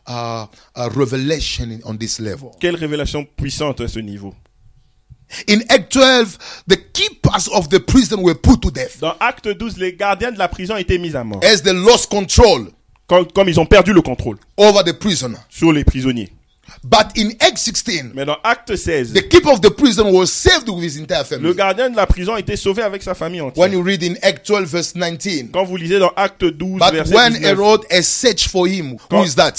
Speaker 2: uh, uh, revelation in- on this level.
Speaker 3: Quelle révélation puissante à ce niveau.
Speaker 2: In Act 12, the keepers of the prison were put to death
Speaker 3: Dans Acte 12, les gardiens de la prison étaient mis à mort.
Speaker 2: as they lost control
Speaker 3: Comme, comme ils ont perdu le contrôle
Speaker 2: over the prisoner.
Speaker 3: sur les prisonniers.
Speaker 2: But in Act 16,
Speaker 3: Mais dans Acte 16,
Speaker 2: the keeper of the prison was saved with his entire
Speaker 3: le
Speaker 2: family.
Speaker 3: gardien de la prison était sauvé avec sa famille entière.
Speaker 2: When you read in Act 12, verse 19,
Speaker 3: Quand vous lisez dans Acte 12,
Speaker 2: but
Speaker 3: verset
Speaker 2: when
Speaker 3: 19,
Speaker 2: Herod has searched for him, who
Speaker 3: Quand-
Speaker 2: is that?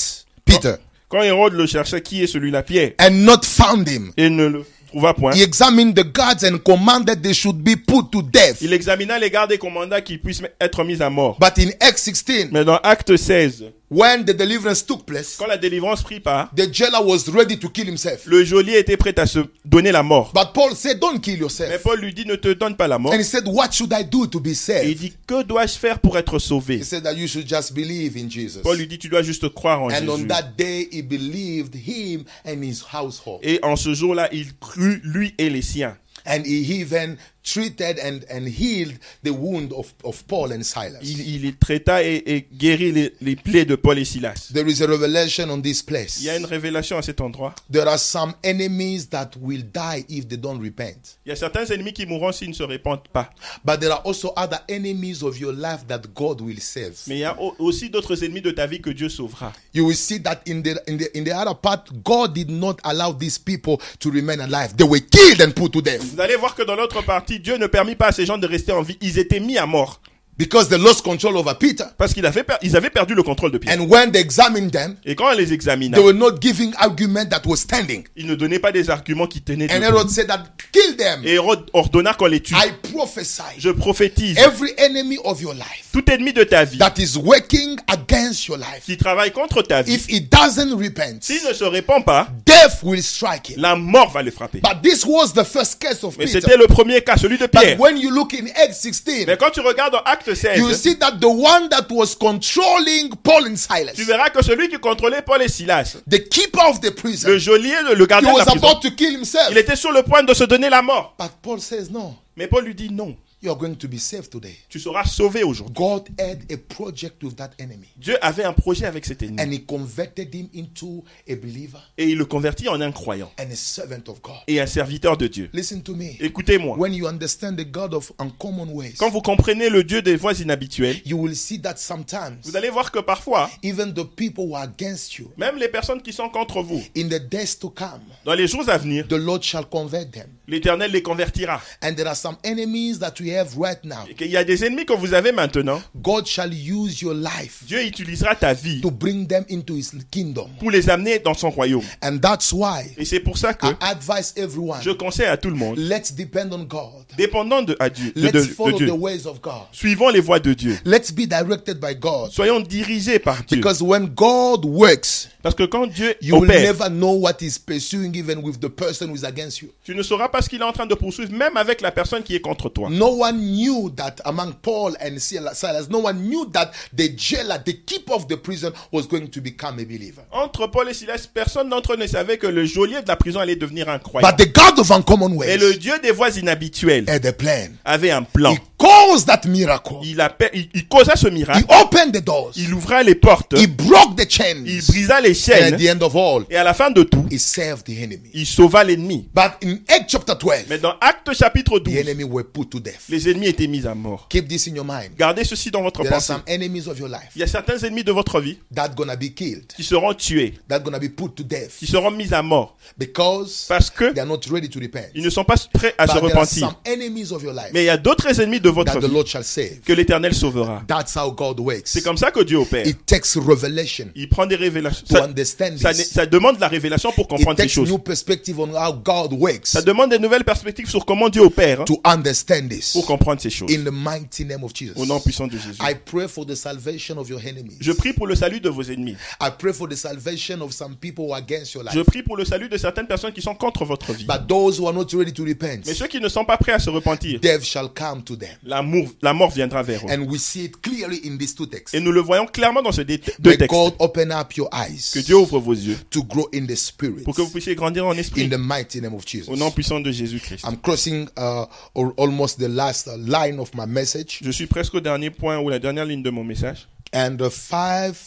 Speaker 2: Peter.
Speaker 3: quand Hérode le cherchait, qui est celui-là Pierre.
Speaker 2: And not found him.
Speaker 3: Et ne le trouva point.
Speaker 2: He examined the guards and commanded they should be put to death.
Speaker 3: Il examina les gardes et commanda qu'ils puissent être mis à mort.
Speaker 2: But in Acts 16,
Speaker 3: Mais dans Acte 16,
Speaker 2: when the deliverance took place,
Speaker 3: quand la délivrance prit part,
Speaker 2: the jailer was ready to kill himself.
Speaker 3: le geôlier était prêt à se donner la mort.
Speaker 2: But Paul said, Don't kill
Speaker 3: Mais
Speaker 2: yourself.
Speaker 3: Paul lui dit, ne te donne pas la mort.
Speaker 2: And he said, What should I do to be
Speaker 3: Et il
Speaker 2: saved?
Speaker 3: dit, que dois-je faire pour être sauvé
Speaker 2: He said that you should just believe in Jesus.
Speaker 3: Paul lui dit, tu dois juste croire en
Speaker 2: And on
Speaker 3: Jésus.
Speaker 2: that day, he believed him and his household.
Speaker 3: Et en ce jour-là, il crut lui et les siens.
Speaker 2: And he even treated and, and healed the wound of, of Paul and Silas.
Speaker 3: Il, il les traita et, et guérit les, les plaies de Paul et Silas.
Speaker 2: There is a revelation on this
Speaker 3: Il
Speaker 2: place.
Speaker 3: y a une révélation à cet endroit.
Speaker 2: There are some enemies that will die if they don't repent.
Speaker 3: Il y a certains ennemis qui mourront s'ils ne se répandent pas.
Speaker 2: But there are also other enemies of your life that God will save.
Speaker 3: Mais il y a au- aussi d'autres ennemis de ta vie que Dieu sauvera.
Speaker 2: You will see that in the, in the in the other part, God did not allow these people to remain alive. They were killed and put to death
Speaker 3: Vous allez voir que dans l'autre partie, Dieu ne permit pas à ces gens de rester en vie. Ils étaient mis à mort
Speaker 2: because they lost control over Peter.
Speaker 3: parce qu'ils avaient, per- ils avaient perdu le contrôle de Pierre.
Speaker 2: And when they examined them,
Speaker 3: Et quand on les examina,
Speaker 2: they were not giving argument that was standing.
Speaker 3: ils ne donnaient pas des arguments qui tenaient
Speaker 2: And
Speaker 3: debout.
Speaker 2: Herod said that kill them.
Speaker 3: Et Hérode ordonna qu'on les tue.
Speaker 2: I prophesy
Speaker 3: Je prophétise,
Speaker 2: every enemy of your life
Speaker 3: tout ennemi de ta vie
Speaker 2: that is working against your life.
Speaker 3: qui travaille contre ta vie,
Speaker 2: If he doesn't repent,
Speaker 3: s'il ne se répand pas,
Speaker 2: death will strike him.
Speaker 3: la mort va le frapper.
Speaker 2: But this was the first case of
Speaker 3: Mais
Speaker 2: Peter.
Speaker 3: c'était le premier cas, celui de
Speaker 2: But
Speaker 3: Pierre.
Speaker 2: when you look in Acts 16,
Speaker 3: Mais quand tu regardes dans Acte
Speaker 2: you
Speaker 3: 16,
Speaker 2: see that the one that was controlling Paul and
Speaker 3: tu
Speaker 2: Silas,
Speaker 3: verras que celui qui contrôlait Paul et Silas,
Speaker 2: the keeper of the
Speaker 3: le
Speaker 2: prison,
Speaker 3: geôlier, le- le
Speaker 2: he
Speaker 3: gardien de la
Speaker 2: was
Speaker 3: prison,
Speaker 2: about to kill himself.
Speaker 3: il était sur le point de se donner la mort.
Speaker 2: But Paul says, No,
Speaker 3: Mais Paul lui dit non,
Speaker 2: you are going to be saved today.
Speaker 3: tu seras sauvé aujourd'hui.
Speaker 2: God had a project with that enemy,
Speaker 3: Dieu avait un projet avec cet ennemi
Speaker 2: and he converted him into a believer
Speaker 3: et il le convertit en un croyant
Speaker 2: and a servant of God.
Speaker 3: et un serviteur de Dieu.
Speaker 2: Listen to me.
Speaker 3: Écoutez-moi,
Speaker 2: When you understand the God of uncommon ways,
Speaker 3: quand vous comprenez le Dieu des voies inhabituelles,
Speaker 2: you will see that sometimes
Speaker 3: vous allez voir que parfois,
Speaker 2: even the people who are against you,
Speaker 3: même les personnes qui sont contre vous,
Speaker 2: in the days to come,
Speaker 3: dans les jours à venir,
Speaker 2: the Lord shall convert them.
Speaker 3: l'Éternel les convertira.
Speaker 2: And there are some enemies that we have right now.
Speaker 3: Et qu'il y a des ennemis que vous avez maintenant,
Speaker 2: God shall use your life
Speaker 3: Dieu utilisera ta vie
Speaker 2: to bring them into his kingdom.
Speaker 3: pour les amener dans son royaume.
Speaker 2: And that's why
Speaker 3: Et c'est pour ça que
Speaker 2: I advise everyone
Speaker 3: je conseille à tout le monde,
Speaker 2: let's depend on God.
Speaker 3: dépendant de, à Dieu, de,
Speaker 2: Let's
Speaker 3: de- de
Speaker 2: follow
Speaker 3: Dieu,
Speaker 2: the ways of God.
Speaker 3: suivons les voies de Dieu,
Speaker 2: Let's be directed by God.
Speaker 3: soyons dirigés par Dieu.
Speaker 2: Because when God works,
Speaker 3: Parce que quand Dieu
Speaker 2: you will
Speaker 3: opère,
Speaker 2: never know what He's pursuing, even with the person who is against you.
Speaker 3: tu ne sauras pas ce qu'il est en train de poursuivre, même avec la personne qui est contre toi.
Speaker 2: No one knew that among Paul and Sil- Silas, no one knew that the jailer, the keeper of the prison, was going to become a believer.
Speaker 3: Entre Paul et Silas, personne d'entre eux ne savait que le geôlier de la prison allait devenir un croyant.
Speaker 2: But the God of uncommon
Speaker 3: Et le
Speaker 2: ways
Speaker 3: Dieu des voies inhabituelles
Speaker 2: had a plan.
Speaker 3: avait un plan.
Speaker 2: He caused that miracle.
Speaker 3: Il, appelle- il- il causa ce
Speaker 2: He
Speaker 3: miracle,
Speaker 2: opened the doors.
Speaker 3: il ouvra les portes,
Speaker 2: He broke the
Speaker 3: il
Speaker 2: chains.
Speaker 3: brisa les
Speaker 2: And
Speaker 3: chaînes,
Speaker 2: at the end of all,
Speaker 3: et à la fin de tout,
Speaker 2: he saved the enemy.
Speaker 3: il sauva l'ennemi.
Speaker 2: But in Acts chapter 12,
Speaker 3: Mais dans Acte chapitre
Speaker 2: the
Speaker 3: 12,
Speaker 2: enemy were put to death.
Speaker 3: les ennemis étaient mis à mort.
Speaker 2: Keep this in your mind.
Speaker 3: Gardez ceci dans votre
Speaker 2: There are
Speaker 3: pensée.
Speaker 2: some enemies of your life
Speaker 3: Il y a certains ennemis de votre vie
Speaker 2: that gonna be killed,
Speaker 3: qui seront tués,
Speaker 2: that gonna be put to
Speaker 3: qui
Speaker 2: death
Speaker 3: seront mis à mort,
Speaker 2: because
Speaker 3: parce que
Speaker 2: they are not ready to repent.
Speaker 3: ils ne sont pas prêts à se
Speaker 2: But there are
Speaker 3: repentir.
Speaker 2: some enemies of your life
Speaker 3: Mais il y a d'autres ennemis de votre
Speaker 2: that the
Speaker 3: vie
Speaker 2: Lord shall save.
Speaker 3: que l'Éternel sauvera.
Speaker 2: That's how God works.
Speaker 3: C'est comme ça que Dieu opère.
Speaker 2: It takes revelation
Speaker 3: Il prend des révélations.
Speaker 2: to
Speaker 3: Ça,
Speaker 2: understand
Speaker 3: ça né-
Speaker 2: this.
Speaker 3: ça demande la révélation pour
Speaker 2: It
Speaker 3: comprendre ces
Speaker 2: takes
Speaker 3: choses.
Speaker 2: new perspective on how God works
Speaker 3: Ça demande des nouvelles perspectives sur comment Dieu opère hein,
Speaker 2: to understand this.
Speaker 3: pour comprendre ces choses.
Speaker 2: In the mighty name of Jesus.
Speaker 3: Au nom puissant de Jésus.
Speaker 2: I pray for the salvation of your enemies.
Speaker 3: Je prie pour le salut de vos ennemis.
Speaker 2: I pray for the salvation of some people who are against your life.
Speaker 3: Je prie pour le salut de certaines personnes qui sont contre votre vie.
Speaker 2: But those who are not ready to repent,
Speaker 3: Mais ceux qui ne sont pas prêts à se repentir,
Speaker 2: death shall come to them.
Speaker 3: la mou- la mort viendra vers eux.
Speaker 2: And we see it clearly in these two texts.
Speaker 3: Et nous le voyons clairement dans ce dé- deux
Speaker 2: May
Speaker 3: textes.
Speaker 2: God open up your
Speaker 3: Que
Speaker 2: eyes
Speaker 3: Dieu ouvre vos yeux
Speaker 2: to grow in the spirit.
Speaker 3: pour que vous puissiez grandir en
Speaker 2: In
Speaker 3: esprit
Speaker 2: the mighty name of Jesus.
Speaker 3: au nom puissant de Jésus-Christ.
Speaker 2: I'm crossing uh, or almost the last uh, line of my message.
Speaker 3: Je suis presque au dernier point ou la dernière ligne de mon message.
Speaker 2: And the five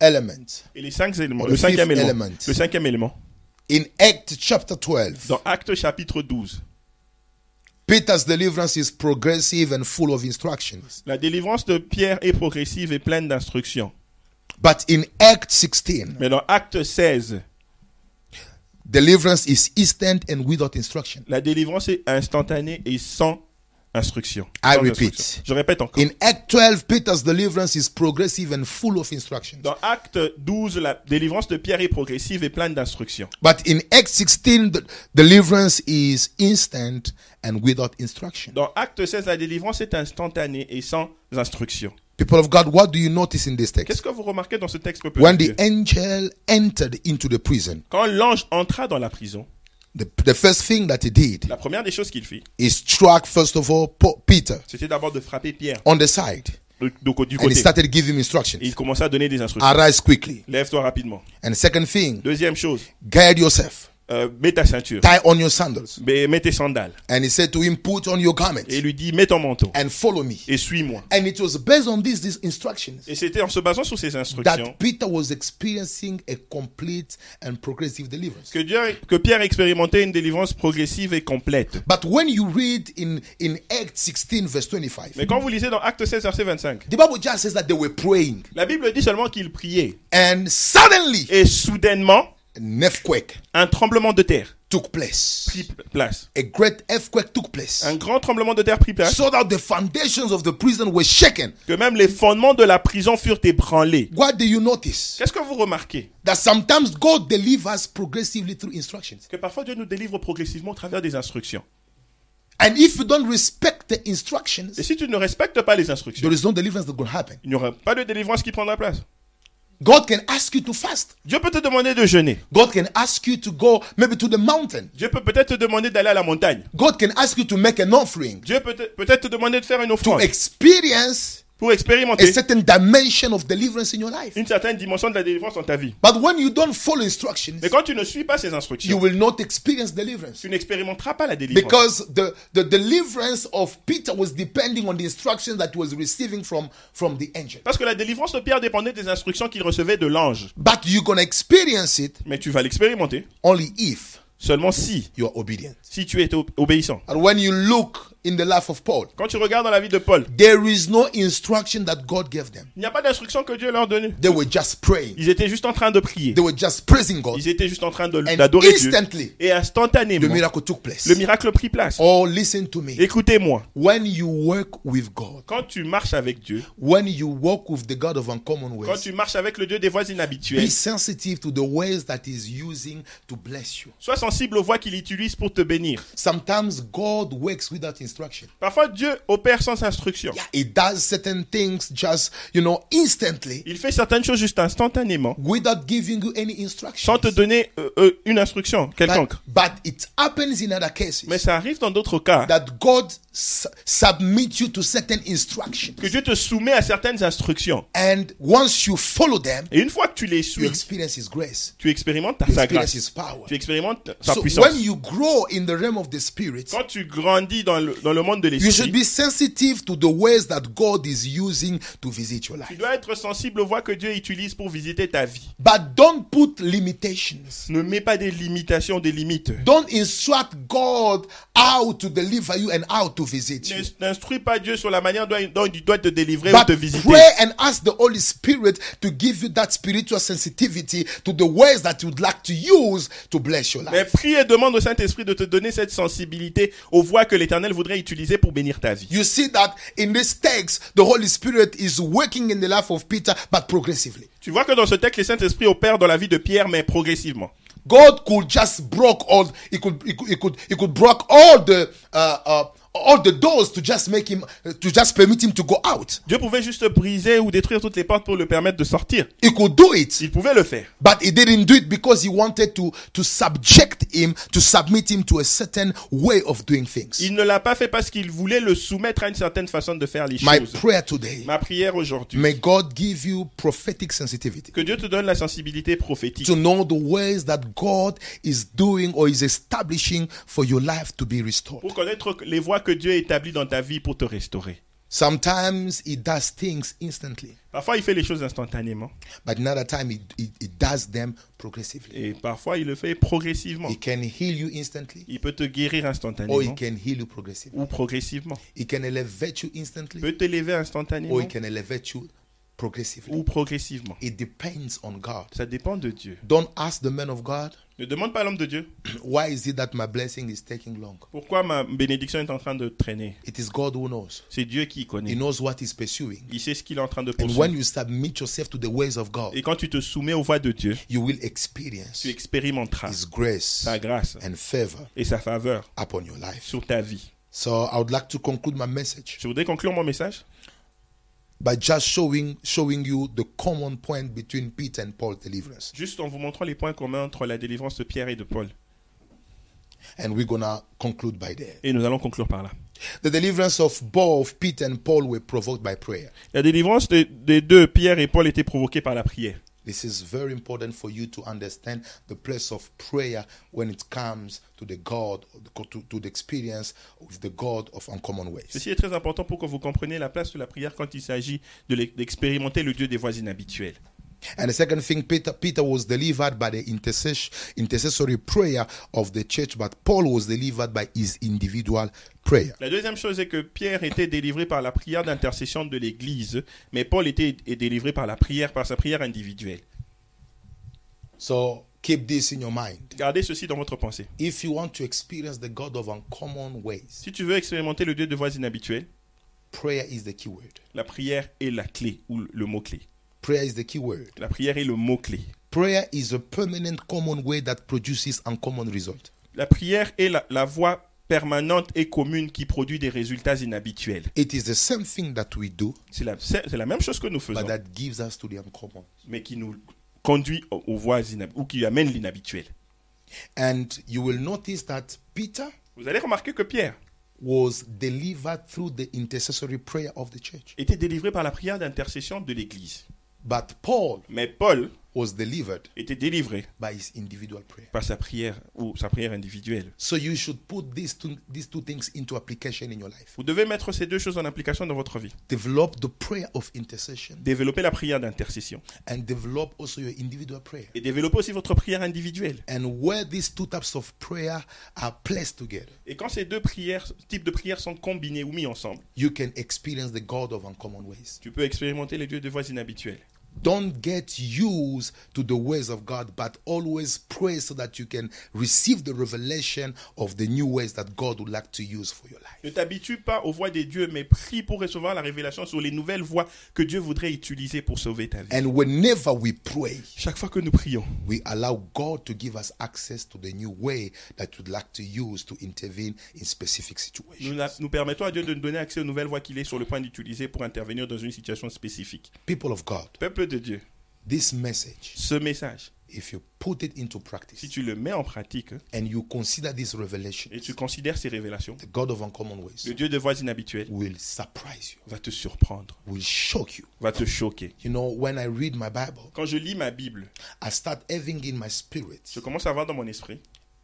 Speaker 2: elements.
Speaker 3: Et les cinq éléments,
Speaker 2: Le
Speaker 3: le cinquième
Speaker 2: fifth
Speaker 3: élément,
Speaker 2: element.
Speaker 3: le cinquième élément,
Speaker 2: In Act chapter 12,
Speaker 3: dans Acte chapitre 12,
Speaker 2: Peter's deliverance is progressive and full of instructions.
Speaker 3: la délivrance de Pierre est progressive et pleine d'instructions.
Speaker 2: But in Act 16,
Speaker 3: Mais dans Acte 16,
Speaker 2: deliverance is instant and without instruction.
Speaker 3: la délivrance est instantanée et sans instruction.
Speaker 2: I
Speaker 3: Sans
Speaker 2: repeat.
Speaker 3: instruction. Je répète encore.
Speaker 2: In Act 12, Peter's deliverance is progressive and full of instructions.
Speaker 3: Dans Acte 12, la délivrance de Pierre est progressive et pleine d'instructions.
Speaker 2: But in Act 16, the deliverance is instant and without instruction.
Speaker 3: Dans Acte 16, la délivrance est instantanée et sans instruction.
Speaker 2: People of God, what do you notice in this text?
Speaker 3: Qu'est-ce que vous remarquez dans ce texte peuple
Speaker 2: When
Speaker 3: de
Speaker 2: the
Speaker 3: Dieu
Speaker 2: angel entered into the prison,
Speaker 3: Quand l'ange entra dans la prison,
Speaker 2: the, the first thing that he did
Speaker 3: la première des choses qu'il fit,
Speaker 2: is struck, first of all, Po- Peter
Speaker 3: c'était d'abord de frapper Pierre
Speaker 2: on the side.
Speaker 3: de- de- du
Speaker 2: And he
Speaker 3: côté.
Speaker 2: started giving
Speaker 3: Et
Speaker 2: instructions.
Speaker 3: il commença à donner des instructions.
Speaker 2: Arise quickly.
Speaker 3: Lève-toi rapidement.
Speaker 2: And second thing,
Speaker 3: Deuxième chose,
Speaker 2: gird yourself.
Speaker 3: euh, mets ta ceinture,
Speaker 2: Tie on your sandals.
Speaker 3: mais mets tes sandales.
Speaker 2: And he said to him, put on your
Speaker 3: Et il
Speaker 2: garments
Speaker 3: lui dit, mets ton manteau
Speaker 2: and follow me.
Speaker 3: et suis-moi.
Speaker 2: And it was based on these, these instructions
Speaker 3: Et c'était en se basant sur ces instructions
Speaker 2: that Peter was experiencing a complete and progressive deliverance.
Speaker 3: que, Dieu, que Pierre expérimentait une délivrance progressive et complète.
Speaker 2: But when you read in, in Acts 16, verse 25,
Speaker 3: Mais quand vous lisez dans Acte 16, verset 25,
Speaker 2: the Bible just says that they were praying.
Speaker 3: la Bible dit seulement qu'il priait.
Speaker 2: And suddenly,
Speaker 3: Et soudainement,
Speaker 2: an earthquake
Speaker 3: un tremblement de terre
Speaker 2: took place.
Speaker 3: prit place.
Speaker 2: A great earthquake took place.
Speaker 3: Un grand tremblement de terre prit place.
Speaker 2: So that the foundations of the prison were shaken.
Speaker 3: Que même les fondements de la prison furent ébranlés.
Speaker 2: What do you notice?
Speaker 3: Qu'est-ce que vous remarquez
Speaker 2: That sometimes God delivers progressively through instructions.
Speaker 3: Que parfois Dieu nous délivre progressivement au travers des instructions.
Speaker 2: And if you don't respect the
Speaker 3: Et
Speaker 2: instructions,
Speaker 3: si tu ne respectes pas les instructions,
Speaker 2: there is no deliverance that will happen.
Speaker 3: il n'y aura pas de délivrance qui prendra place.
Speaker 2: God can ask you to fast.
Speaker 3: Dieu peut te demander de jeûner.
Speaker 2: God can ask you to go maybe to the mountain.
Speaker 3: Dieu peut peut-être te demander d'aller à la montagne.
Speaker 2: God can ask you to make an offering
Speaker 3: Dieu peut peut-être te demander de faire une
Speaker 2: to
Speaker 3: offrande
Speaker 2: experience
Speaker 3: pour
Speaker 2: a
Speaker 3: expérimenter
Speaker 2: certain dimension of deliverance in your life.
Speaker 3: une certaine dimension de la délivrance dans ta vie.
Speaker 2: But when you don't follow instructions,
Speaker 3: Mais quand tu ne suis pas ces
Speaker 2: you
Speaker 3: instructions,
Speaker 2: will not experience deliverance.
Speaker 3: tu n'expérimenteras pas la délivrance.
Speaker 2: Because the, the deliverance of Peter was depending on the instructions that he was receiving from, from the angel.
Speaker 3: Parce que la délivrance de Pierre dépendait des instructions qu'il recevait de l'ange.
Speaker 2: But you're going to experience it
Speaker 3: Mais tu vas l'expérimenter
Speaker 2: only if
Speaker 3: seulement si,
Speaker 2: you are obedient.
Speaker 3: si tu es ob- obéissant.
Speaker 2: And when you look in the life of Paul,
Speaker 3: Quand tu regardes dans la vie de Paul,
Speaker 2: there is no instruction that God gave them.
Speaker 3: il n'y a pas d'instruction que Dieu leur donnait.
Speaker 2: They were just praying.
Speaker 3: Ils étaient juste en train de prier.
Speaker 2: They were just praising God.
Speaker 3: Ils étaient juste en train de-
Speaker 2: And
Speaker 3: d'adorer Dieu.
Speaker 2: instantly,
Speaker 3: Et
Speaker 2: the
Speaker 3: instantanément,
Speaker 2: miracle took place.
Speaker 3: le miracle prit place.
Speaker 2: Oh, listen to me.
Speaker 3: Écoutez-moi,
Speaker 2: When you work with God,
Speaker 3: quand tu marches avec Dieu,
Speaker 2: when you walk with the God of uncommon
Speaker 3: quand
Speaker 2: ways,
Speaker 3: tu marches avec le Dieu des voies inhabituelles,
Speaker 2: be sensitive to the ways that He's using to bless you.
Speaker 3: sois sensible aux voies qu'il utilise pour te bénir.
Speaker 2: Sometimes God works without instruction.
Speaker 3: Parfois, Dieu opère sans instruction.
Speaker 2: Yeah, He does certain things just, you know, instantly
Speaker 3: Il fait certaines choses juste instantanément,
Speaker 2: without giving you any instruction.
Speaker 3: sans te donner euh, euh, une instruction quelconque.
Speaker 2: But, but it happens in other cases
Speaker 3: Mais ça arrive dans d'autres cas
Speaker 2: that God su- submits you to certain instructions.
Speaker 3: que Dieu te soumet à certaines instructions.
Speaker 2: And once you follow them,
Speaker 3: Et une fois que tu les
Speaker 2: you
Speaker 3: suis,
Speaker 2: experience His grace,
Speaker 3: tu expérimentes ta-
Speaker 2: you
Speaker 3: sa
Speaker 2: experience
Speaker 3: grâce.
Speaker 2: His power.
Speaker 3: Tu expérimentes sa
Speaker 2: So
Speaker 3: puissance.
Speaker 2: when you grow in the realm of the Spirit,
Speaker 3: Quand tu grandis dans le, dans le monde de
Speaker 2: you should
Speaker 3: l'esprit,
Speaker 2: be sensitive to the ways that God is using to visit your
Speaker 3: tu
Speaker 2: life.
Speaker 3: dois être sensible aux voies que Dieu utilise pour visiter ta vie.
Speaker 2: But don't put limitations.
Speaker 3: Ne mets pas des limitations, des limites.
Speaker 2: Don't instruct God how to deliver you and how to visit you.
Speaker 3: Ne- N'instruis pas Dieu sur la manière dont il- dont il doit te délivrer ou
Speaker 2: But
Speaker 3: te visiter.
Speaker 2: pray and ask the Holy Spirit to give you that spiritual sensitivity to the ways that you'd like to use to bless your
Speaker 3: Mais
Speaker 2: life.
Speaker 3: prie et demande au Saint-Esprit de te donner cette sensibilité aux voies que l'Éternel voudrait utiliser pour bénir ta vie.
Speaker 2: You see that in this text, the Holy Spirit is working in the life of Peter, but progressively.
Speaker 3: Tu vois que dans ce texte, le Saint-Esprit opère dans la vie de Pierre, mais progressivement.
Speaker 2: God could just block all he could he could he could, he could block all the uh, uh, all the doors to just make him to just permit him to go out.
Speaker 3: Dieu pouvait juste briser ou détruire toutes les portes pour le permettre de sortir.
Speaker 2: He could do it,
Speaker 3: Il pouvait le faire.
Speaker 2: but he didn't do it because he wanted to to subject him to submit him to a certain way of doing things.
Speaker 3: Il ne l'a pas fait parce qu'il voulait le soumettre à une certaine façon de faire les
Speaker 2: My
Speaker 3: choses.
Speaker 2: prayer today,
Speaker 3: Ma prière aujourd'hui,
Speaker 2: may God give you prophetic sensitivity
Speaker 3: que Dieu te donne la sensibilité prophétique
Speaker 2: to know the ways that God is doing or is establishing for your life to be restored.
Speaker 3: pour connaître les voies que Dieu établit dans ta vie pour te restaurer.
Speaker 2: Sometimes he does things instantly,
Speaker 3: Parfois, il fait les choses instantanément
Speaker 2: but another time he, he, he does them progressively.
Speaker 3: et parfois, il le fait progressivement.
Speaker 2: He can heal you instantly,
Speaker 3: Il peut te guérir
Speaker 2: or he
Speaker 3: instantanément
Speaker 2: can heal you progressively.
Speaker 3: ou progressivement.
Speaker 2: He can elevate you
Speaker 3: Il
Speaker 2: instantly,
Speaker 3: peut t'élever
Speaker 2: or he
Speaker 3: instantanément
Speaker 2: can elevate you progressively.
Speaker 3: ou progressivement.
Speaker 2: It depends on God.
Speaker 3: Ça dépend de Dieu.
Speaker 2: Don't ask the man of God,
Speaker 3: Ne demande pas à l'homme de Dieu
Speaker 2: why is it that my blessing is taking long?
Speaker 3: pourquoi ma bénédiction est en train de traîner.
Speaker 2: It is God who knows.
Speaker 3: C'est Dieu qui
Speaker 2: He
Speaker 3: connaît.
Speaker 2: knows what he's pursuing.
Speaker 3: Il sait ce qu'il est en train de
Speaker 2: And when
Speaker 3: poursuivre.
Speaker 2: you submit yourself to the ways of God,
Speaker 3: Et quand tu te soumets aux voies de Dieu,
Speaker 2: you will
Speaker 3: tu
Speaker 2: experience
Speaker 3: expérimenteras
Speaker 2: his grace
Speaker 3: sa grâce
Speaker 2: and favor
Speaker 3: et sa faveur
Speaker 2: upon your life.
Speaker 3: sur ta vie.
Speaker 2: So I would like to conclude my message.
Speaker 3: Je voudrais conclure mon message
Speaker 2: by just showing showing you the common point between Peter and Paul's deliverance.
Speaker 3: juste en vous montrant les points communs entre la délivrance de Pierre et de Paul.
Speaker 2: And we're gonna conclude by there.
Speaker 3: Et nous allons conclure par là.
Speaker 2: The deliverance of both Peter and Paul were provoked by prayer.
Speaker 3: La délivrance de- des deux, Pierre et Paul, était provoquée par la prière.
Speaker 2: This is very important for you to understand the place of prayer when it comes to the God, to, to the experience of the God of uncommon ways.
Speaker 3: Ceci est très important pour que vous compreniez la place de la prière quand il s'agit de l'ex- d'expérimenter le Dieu des voies inhabituelles.
Speaker 2: And the second thing, Peter, Peter was delivered by the intercession, intercessory prayer of the church, but Paul was delivered by his individual prayer.
Speaker 3: La deuxième chose est que Pierre était délivré par la prière d'intercession de l'Église, mais Paul était est délivré par la prière, par sa prière individuelle.
Speaker 2: So keep this in your mind.
Speaker 3: Gardez ceci dans votre pensée.
Speaker 2: If you want to experience the God of uncommon ways,
Speaker 3: Si tu veux expérimenter le Dieu de voies inhabituelles,
Speaker 2: prayer is the key word.
Speaker 3: la prière est la clé ou le mot-clé.
Speaker 2: Prayer is the key word.
Speaker 3: La prière est le mot-clé.
Speaker 2: Prayer is a permanent common way that produces uncommon result.
Speaker 3: La prière est la, la voie permanente et commune qui produit des résultats inhabituels.
Speaker 2: It is the same thing that we do,
Speaker 3: C'est la, c'est c'est la même chose que nous faisons,
Speaker 2: but that gives us to the uncommon.
Speaker 3: mais qui nous conduit aux, aux voies inhabituelles ou qui amène l'inhabituel.
Speaker 2: And you will notice that Peter
Speaker 3: Vous allez remarquer que Pierre
Speaker 2: was delivered through the intercessory prayer of the church.
Speaker 3: était délivré par la prière d'intercession de l'Église,
Speaker 2: But Paul
Speaker 3: mais Paul
Speaker 2: was delivered
Speaker 3: était délivré
Speaker 2: by his individual prayer.
Speaker 3: par sa prière ou sa prière individuelle.
Speaker 2: So you should put these two, these two things into application in your life.
Speaker 3: Vous devez mettre ces deux choses en application dans votre vie.
Speaker 2: Develop the prayer of intercession
Speaker 3: Développer la prière d'intercession
Speaker 2: and develop also your individual prayer.
Speaker 3: et développer aussi votre prière individuelle.
Speaker 2: and where these two types of prayer are placed together,
Speaker 3: Et quand ces deux prières, types de prières sont combinés ou mis ensemble,
Speaker 2: you can experience the God of uncommon ways.
Speaker 3: tu peux expérimenter les dieux de voies inhabituelles.
Speaker 2: Don't get used to the ways of God, but always pray so that you can receive the revelation of the new ways that God would like to use for your life.
Speaker 3: Ne t'habitue pas aux voies des dieux, mais prie pour recevoir la révélation sur les nouvelles voies que Dieu voudrait utiliser pour sauver ta vie.
Speaker 2: And whenever we pray,
Speaker 3: Chaque fois que nous prions,
Speaker 2: we allow God to give us access to the new way that we'd like to use to intervene in specific
Speaker 3: nous,
Speaker 2: situations.
Speaker 3: la- nous permettons à Dieu de nous donner accès aux nouvelles voies qu'il est sur le point d'utiliser pour intervenir dans une situation spécifique.
Speaker 2: People of God,
Speaker 3: Peuple de Dieu,
Speaker 2: this message,
Speaker 3: ce message,
Speaker 2: if you put it into
Speaker 3: si
Speaker 2: practice
Speaker 3: tu le mets en pratique hein,
Speaker 2: and you consider this revelation,
Speaker 3: et tu considères ces révélations,
Speaker 2: the God of uncommon ways
Speaker 3: le Dieu de voies inhabituelles
Speaker 2: will surprise you,
Speaker 3: va te surprendre,
Speaker 2: will shock you.
Speaker 3: va te choquer.
Speaker 2: You know, when I read my Bible,
Speaker 3: Quand je lis ma Bible,
Speaker 2: I start having in my spirit
Speaker 3: je commence à avoir dans mon esprit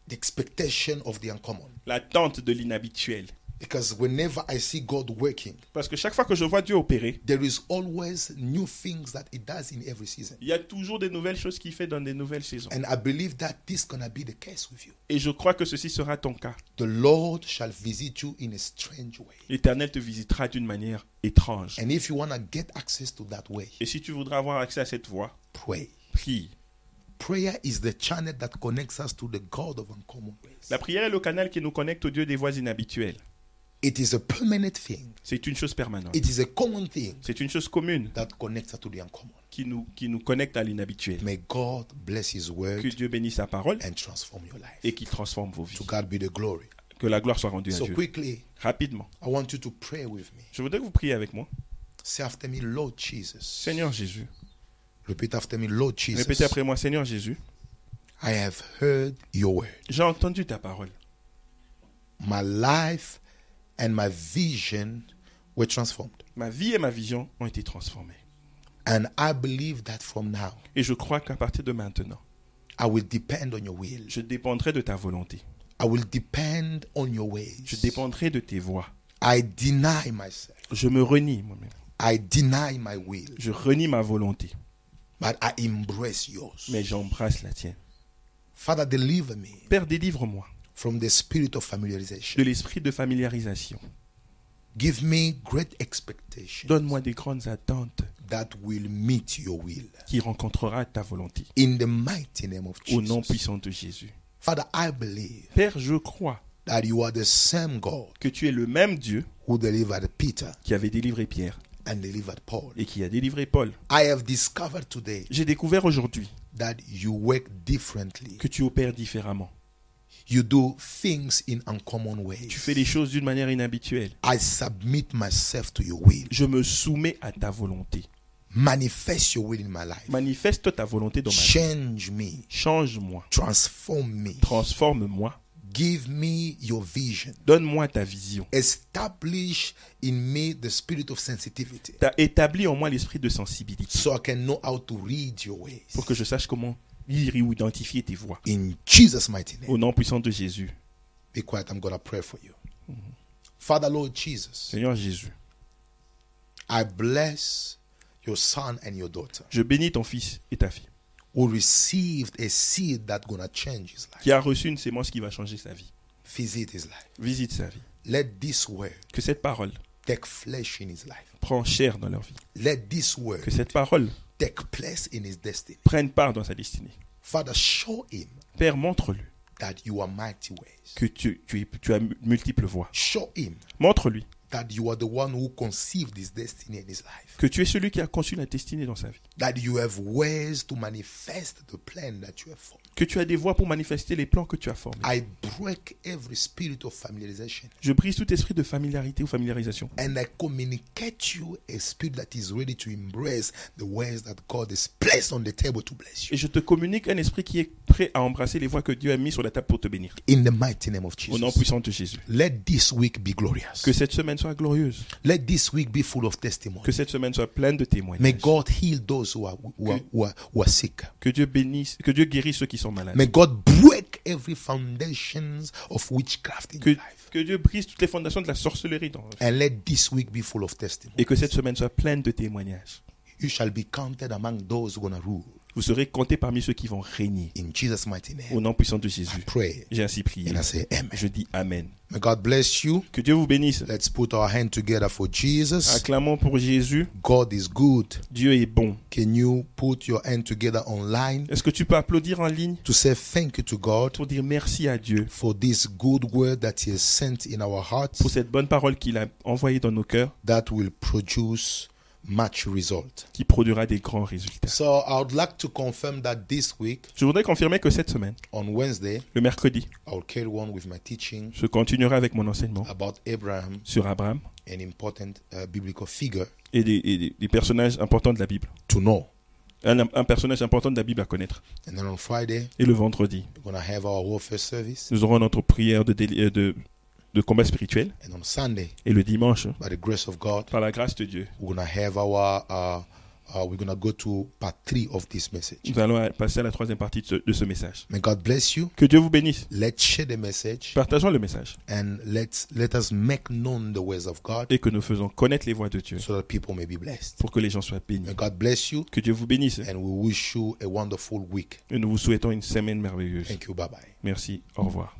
Speaker 2: the expectation of the uncommon.
Speaker 3: l'attente de l'inhabituel.
Speaker 2: Because whenever I see God working,
Speaker 3: Parce que chaque fois que je vois Dieu opérer,
Speaker 2: there is always new things that He does in every season.
Speaker 3: il y a toujours des nouvelles choses qu'il fait dans des nouvelles saisons.
Speaker 2: And I believe that this gonna be the case with you.
Speaker 3: Et je crois que ceci sera ton cas.
Speaker 2: The Lord shall visit you in a strange way.
Speaker 3: L'Éternel te visitera d'une manière étrange.
Speaker 2: And if you wanna get access to that way,
Speaker 3: Et si tu voudras avoir accès à cette voie,
Speaker 2: pray.
Speaker 3: prie.
Speaker 2: Prayer is the channel that connects us to the God of uncommon ways.
Speaker 3: La prière est le canal qui nous connecte au Dieu des voies inhabituelles.
Speaker 2: It is a permanent thing.
Speaker 3: C'est une chose permanente.
Speaker 2: It is a common thing
Speaker 3: C'est une chose commune
Speaker 2: that connects us to the uncommon.
Speaker 3: qui nous, qui nous connecte à l'inhabituel.
Speaker 2: May God bless His
Speaker 3: Que
Speaker 2: word
Speaker 3: Dieu bénisse sa parole
Speaker 2: and transform your life.
Speaker 3: et qu'il transforme vos vies.
Speaker 2: To God be the glory.
Speaker 3: Que la gloire soit rendue à
Speaker 2: So
Speaker 3: Dieu.
Speaker 2: quickly,
Speaker 3: Rapidement,
Speaker 2: I want you to pray with me.
Speaker 3: je voudrais que vous priez avec moi.
Speaker 2: Say after me, Lord Jesus.
Speaker 3: Seigneur Jésus,
Speaker 2: Repeat after me, Lord
Speaker 3: répétez
Speaker 2: Jesus.
Speaker 3: après moi, Seigneur Jésus,
Speaker 2: I have heard your word.
Speaker 3: j'ai entendu ta parole.
Speaker 2: My life and my vision were transformed.
Speaker 3: Ma vie et ma vision ont été transformées.
Speaker 2: And I believe that from now,
Speaker 3: Et je crois qu'à partir de maintenant,
Speaker 2: I will depend on your will.
Speaker 3: je dépendrai de ta volonté.
Speaker 2: I will depend on your
Speaker 3: Je
Speaker 2: ways.
Speaker 3: dépendrai de tes voies.
Speaker 2: I deny myself.
Speaker 3: Je me renie moi-même.
Speaker 2: I deny my will.
Speaker 3: Je renie ma volonté,
Speaker 2: But I embrace yours.
Speaker 3: mais j'embrasse la tienne.
Speaker 2: Father, deliver me
Speaker 3: Père, délivre-moi
Speaker 2: from the spirit of
Speaker 3: de
Speaker 2: familiarization.
Speaker 3: l'esprit de familiarisation.
Speaker 2: Give me great expectation
Speaker 3: Donne-moi des grandes attentes
Speaker 2: that will meet your will.
Speaker 3: qui rencontrera ta volonté.
Speaker 2: In the mighty name of
Speaker 3: Au nom
Speaker 2: Jesus.
Speaker 3: puissant de Jésus.
Speaker 2: Father, I believe
Speaker 3: Père, je crois
Speaker 2: that you are the same God
Speaker 3: que tu es le même Dieu
Speaker 2: who delivered Peter
Speaker 3: qui avait délivré Pierre
Speaker 2: and delivered Paul.
Speaker 3: et qui a délivré Paul.
Speaker 2: I have discovered today
Speaker 3: J'ai découvert aujourd'hui
Speaker 2: that you work differently.
Speaker 3: que tu opères différemment.
Speaker 2: You do things in uncommon
Speaker 3: Tu
Speaker 2: ways.
Speaker 3: fais les choses d'une manière inhabituelle.
Speaker 2: I submit myself to your will.
Speaker 3: Je me soumets à ta volonté.
Speaker 2: Manifest your will in my life.
Speaker 3: Manifeste ta volonté dans ma vie.
Speaker 2: Change me.
Speaker 3: Change-moi.
Speaker 2: Transform me.
Speaker 3: Transforme-moi.
Speaker 2: Give me your vision.
Speaker 3: Donne-moi ta vision.
Speaker 2: Establish in me the spirit of sensitivity
Speaker 3: T'as établi en moi l'esprit de sensibilité
Speaker 2: so I can know how to read your ways.
Speaker 3: pour que je sache comment lire ou identifier tes voies.
Speaker 2: In Jesus' mighty name.
Speaker 3: Au nom puissant de Jésus.
Speaker 2: Be quiet. I'm going to pray for you. Father, Lord Jesus,
Speaker 3: Seigneur Jésus,
Speaker 2: I bless your son and your daughter
Speaker 3: je bénis ton fils et ta fille
Speaker 2: who received a seed that's going to change his life,
Speaker 3: qui a reçu une sémence qui va changer sa vie.
Speaker 2: visit his life.
Speaker 3: Visite sa vie.
Speaker 2: Let this word
Speaker 3: Que cette parole
Speaker 2: take flesh in his life.
Speaker 3: prend chair dans leur vie.
Speaker 2: Let this
Speaker 3: Que
Speaker 2: word
Speaker 3: cette parole
Speaker 2: take place in his destiny.
Speaker 3: prenne part dans sa destinée.
Speaker 2: Father, show him
Speaker 3: Père, montre-lui
Speaker 2: that you are mighty ways.
Speaker 3: que tu, tu, es- tu as mu- multiples voies.
Speaker 2: Show him
Speaker 3: Montre-lui
Speaker 2: that you are the one who conceived his destiny in his life.
Speaker 3: que tu es celui qui a conçu la destinée dans sa vie.
Speaker 2: That you have ways to manifest the plan that you have formed.
Speaker 3: Que tu as des voies pour manifester les plans que tu as formés.
Speaker 2: I break every spirit of familiarization
Speaker 3: Je brise tout esprit de familiarité ou familiarisation.
Speaker 2: and I communicate you a spirit that is ready to embrace the ways that God has placed on the table to bless
Speaker 3: Et
Speaker 2: you.
Speaker 3: je te communique un esprit qui est prêt à embrasser les voies que Dieu a mises sur la table pour te bénir.
Speaker 2: In the mighty name of
Speaker 3: Au nom
Speaker 2: Jesus.
Speaker 3: puissant de Jésus.
Speaker 2: Let this week be glorious.
Speaker 3: Que cette semaine soit glorieuse.
Speaker 2: Let this week be full of
Speaker 3: Que
Speaker 2: testimony.
Speaker 3: cette semaine soit pleine de
Speaker 2: May
Speaker 3: témoignages.
Speaker 2: God heal those who are, who are, who are, who are sick.
Speaker 3: Que Dieu bénisse, que Dieu guérisse ceux qui sont malades.
Speaker 2: May God break every foundations of witchcraft in
Speaker 3: Que,
Speaker 2: your life.
Speaker 3: que Dieu brise toutes les fondations de la sorcellerie dans
Speaker 2: And let this week be full of testimony.
Speaker 3: Et que cette semaine soit pleine de témoignages.
Speaker 2: You shall be counted among those who are going to rule.
Speaker 3: Vous serez comptés parmi ceux qui vont régner.
Speaker 2: In Jesus' mighty
Speaker 3: Au
Speaker 2: name.
Speaker 3: nom puissant de Jésus.
Speaker 2: Pray.
Speaker 3: J'ai ainsi prié.
Speaker 2: And I say amen.
Speaker 3: Je dis Amen.
Speaker 2: May God bless you.
Speaker 3: Que Dieu vous bénisse.
Speaker 2: Let's put our hand together for Jesus.
Speaker 3: Acclamons pour Jésus.
Speaker 2: God is good.
Speaker 3: Dieu est bon.
Speaker 2: Can you put your hand together online
Speaker 3: Est-ce que tu peux applaudir en ligne
Speaker 2: to say thank you to God
Speaker 3: pour dire merci à Dieu
Speaker 2: for this good word that He has sent in our
Speaker 3: pour
Speaker 2: hearts
Speaker 3: cette bonne parole qu'il a envoyée dans nos cœurs
Speaker 2: that will produce much result?
Speaker 3: qui produira des grands résultats.
Speaker 2: So I would like to confirm that this week
Speaker 3: Je voudrais confirmer que cette semaine,
Speaker 2: on Wednesday,
Speaker 3: le mercredi,
Speaker 2: I will carry on with my teaching
Speaker 3: je continuerai avec mon enseignement
Speaker 2: about Abraham,
Speaker 3: sur Abraham
Speaker 2: an important uh, biblical figure
Speaker 3: et des, et des- des personnages importants de la Bible.
Speaker 2: to know.
Speaker 3: Un, un personnage important de la Bible à connaître.
Speaker 2: And then on Friday,
Speaker 3: Et le vendredi,
Speaker 2: we're going to have our warfare service.
Speaker 3: nous aurons notre prière de, déli- euh, de, de combat spirituel.
Speaker 2: And on Sunday,
Speaker 3: Et le dimanche,
Speaker 2: by the grace of God,
Speaker 3: par la grâce de Dieu,
Speaker 2: we're gonna have our uh, uh, we're gonna go to part three of this message
Speaker 3: nous allons passer à la troisième partie de ce, de ce message.
Speaker 2: may god bless you
Speaker 3: Que Dieu vous bénisse.
Speaker 2: let's share the message
Speaker 3: Partageons le message
Speaker 2: and let's let us make known the ways of god
Speaker 3: et que nous faisons connaître les voies de Dieu
Speaker 2: so that people may be blessed
Speaker 3: pour que les gens soient bénis.
Speaker 2: may god bless you
Speaker 3: Que Dieu vous bénisse
Speaker 2: and we wish you a wonderful week
Speaker 3: et nous vous souhaitons une semaine merveilleuse.
Speaker 2: thank you bye bye
Speaker 3: Merci, au revoir.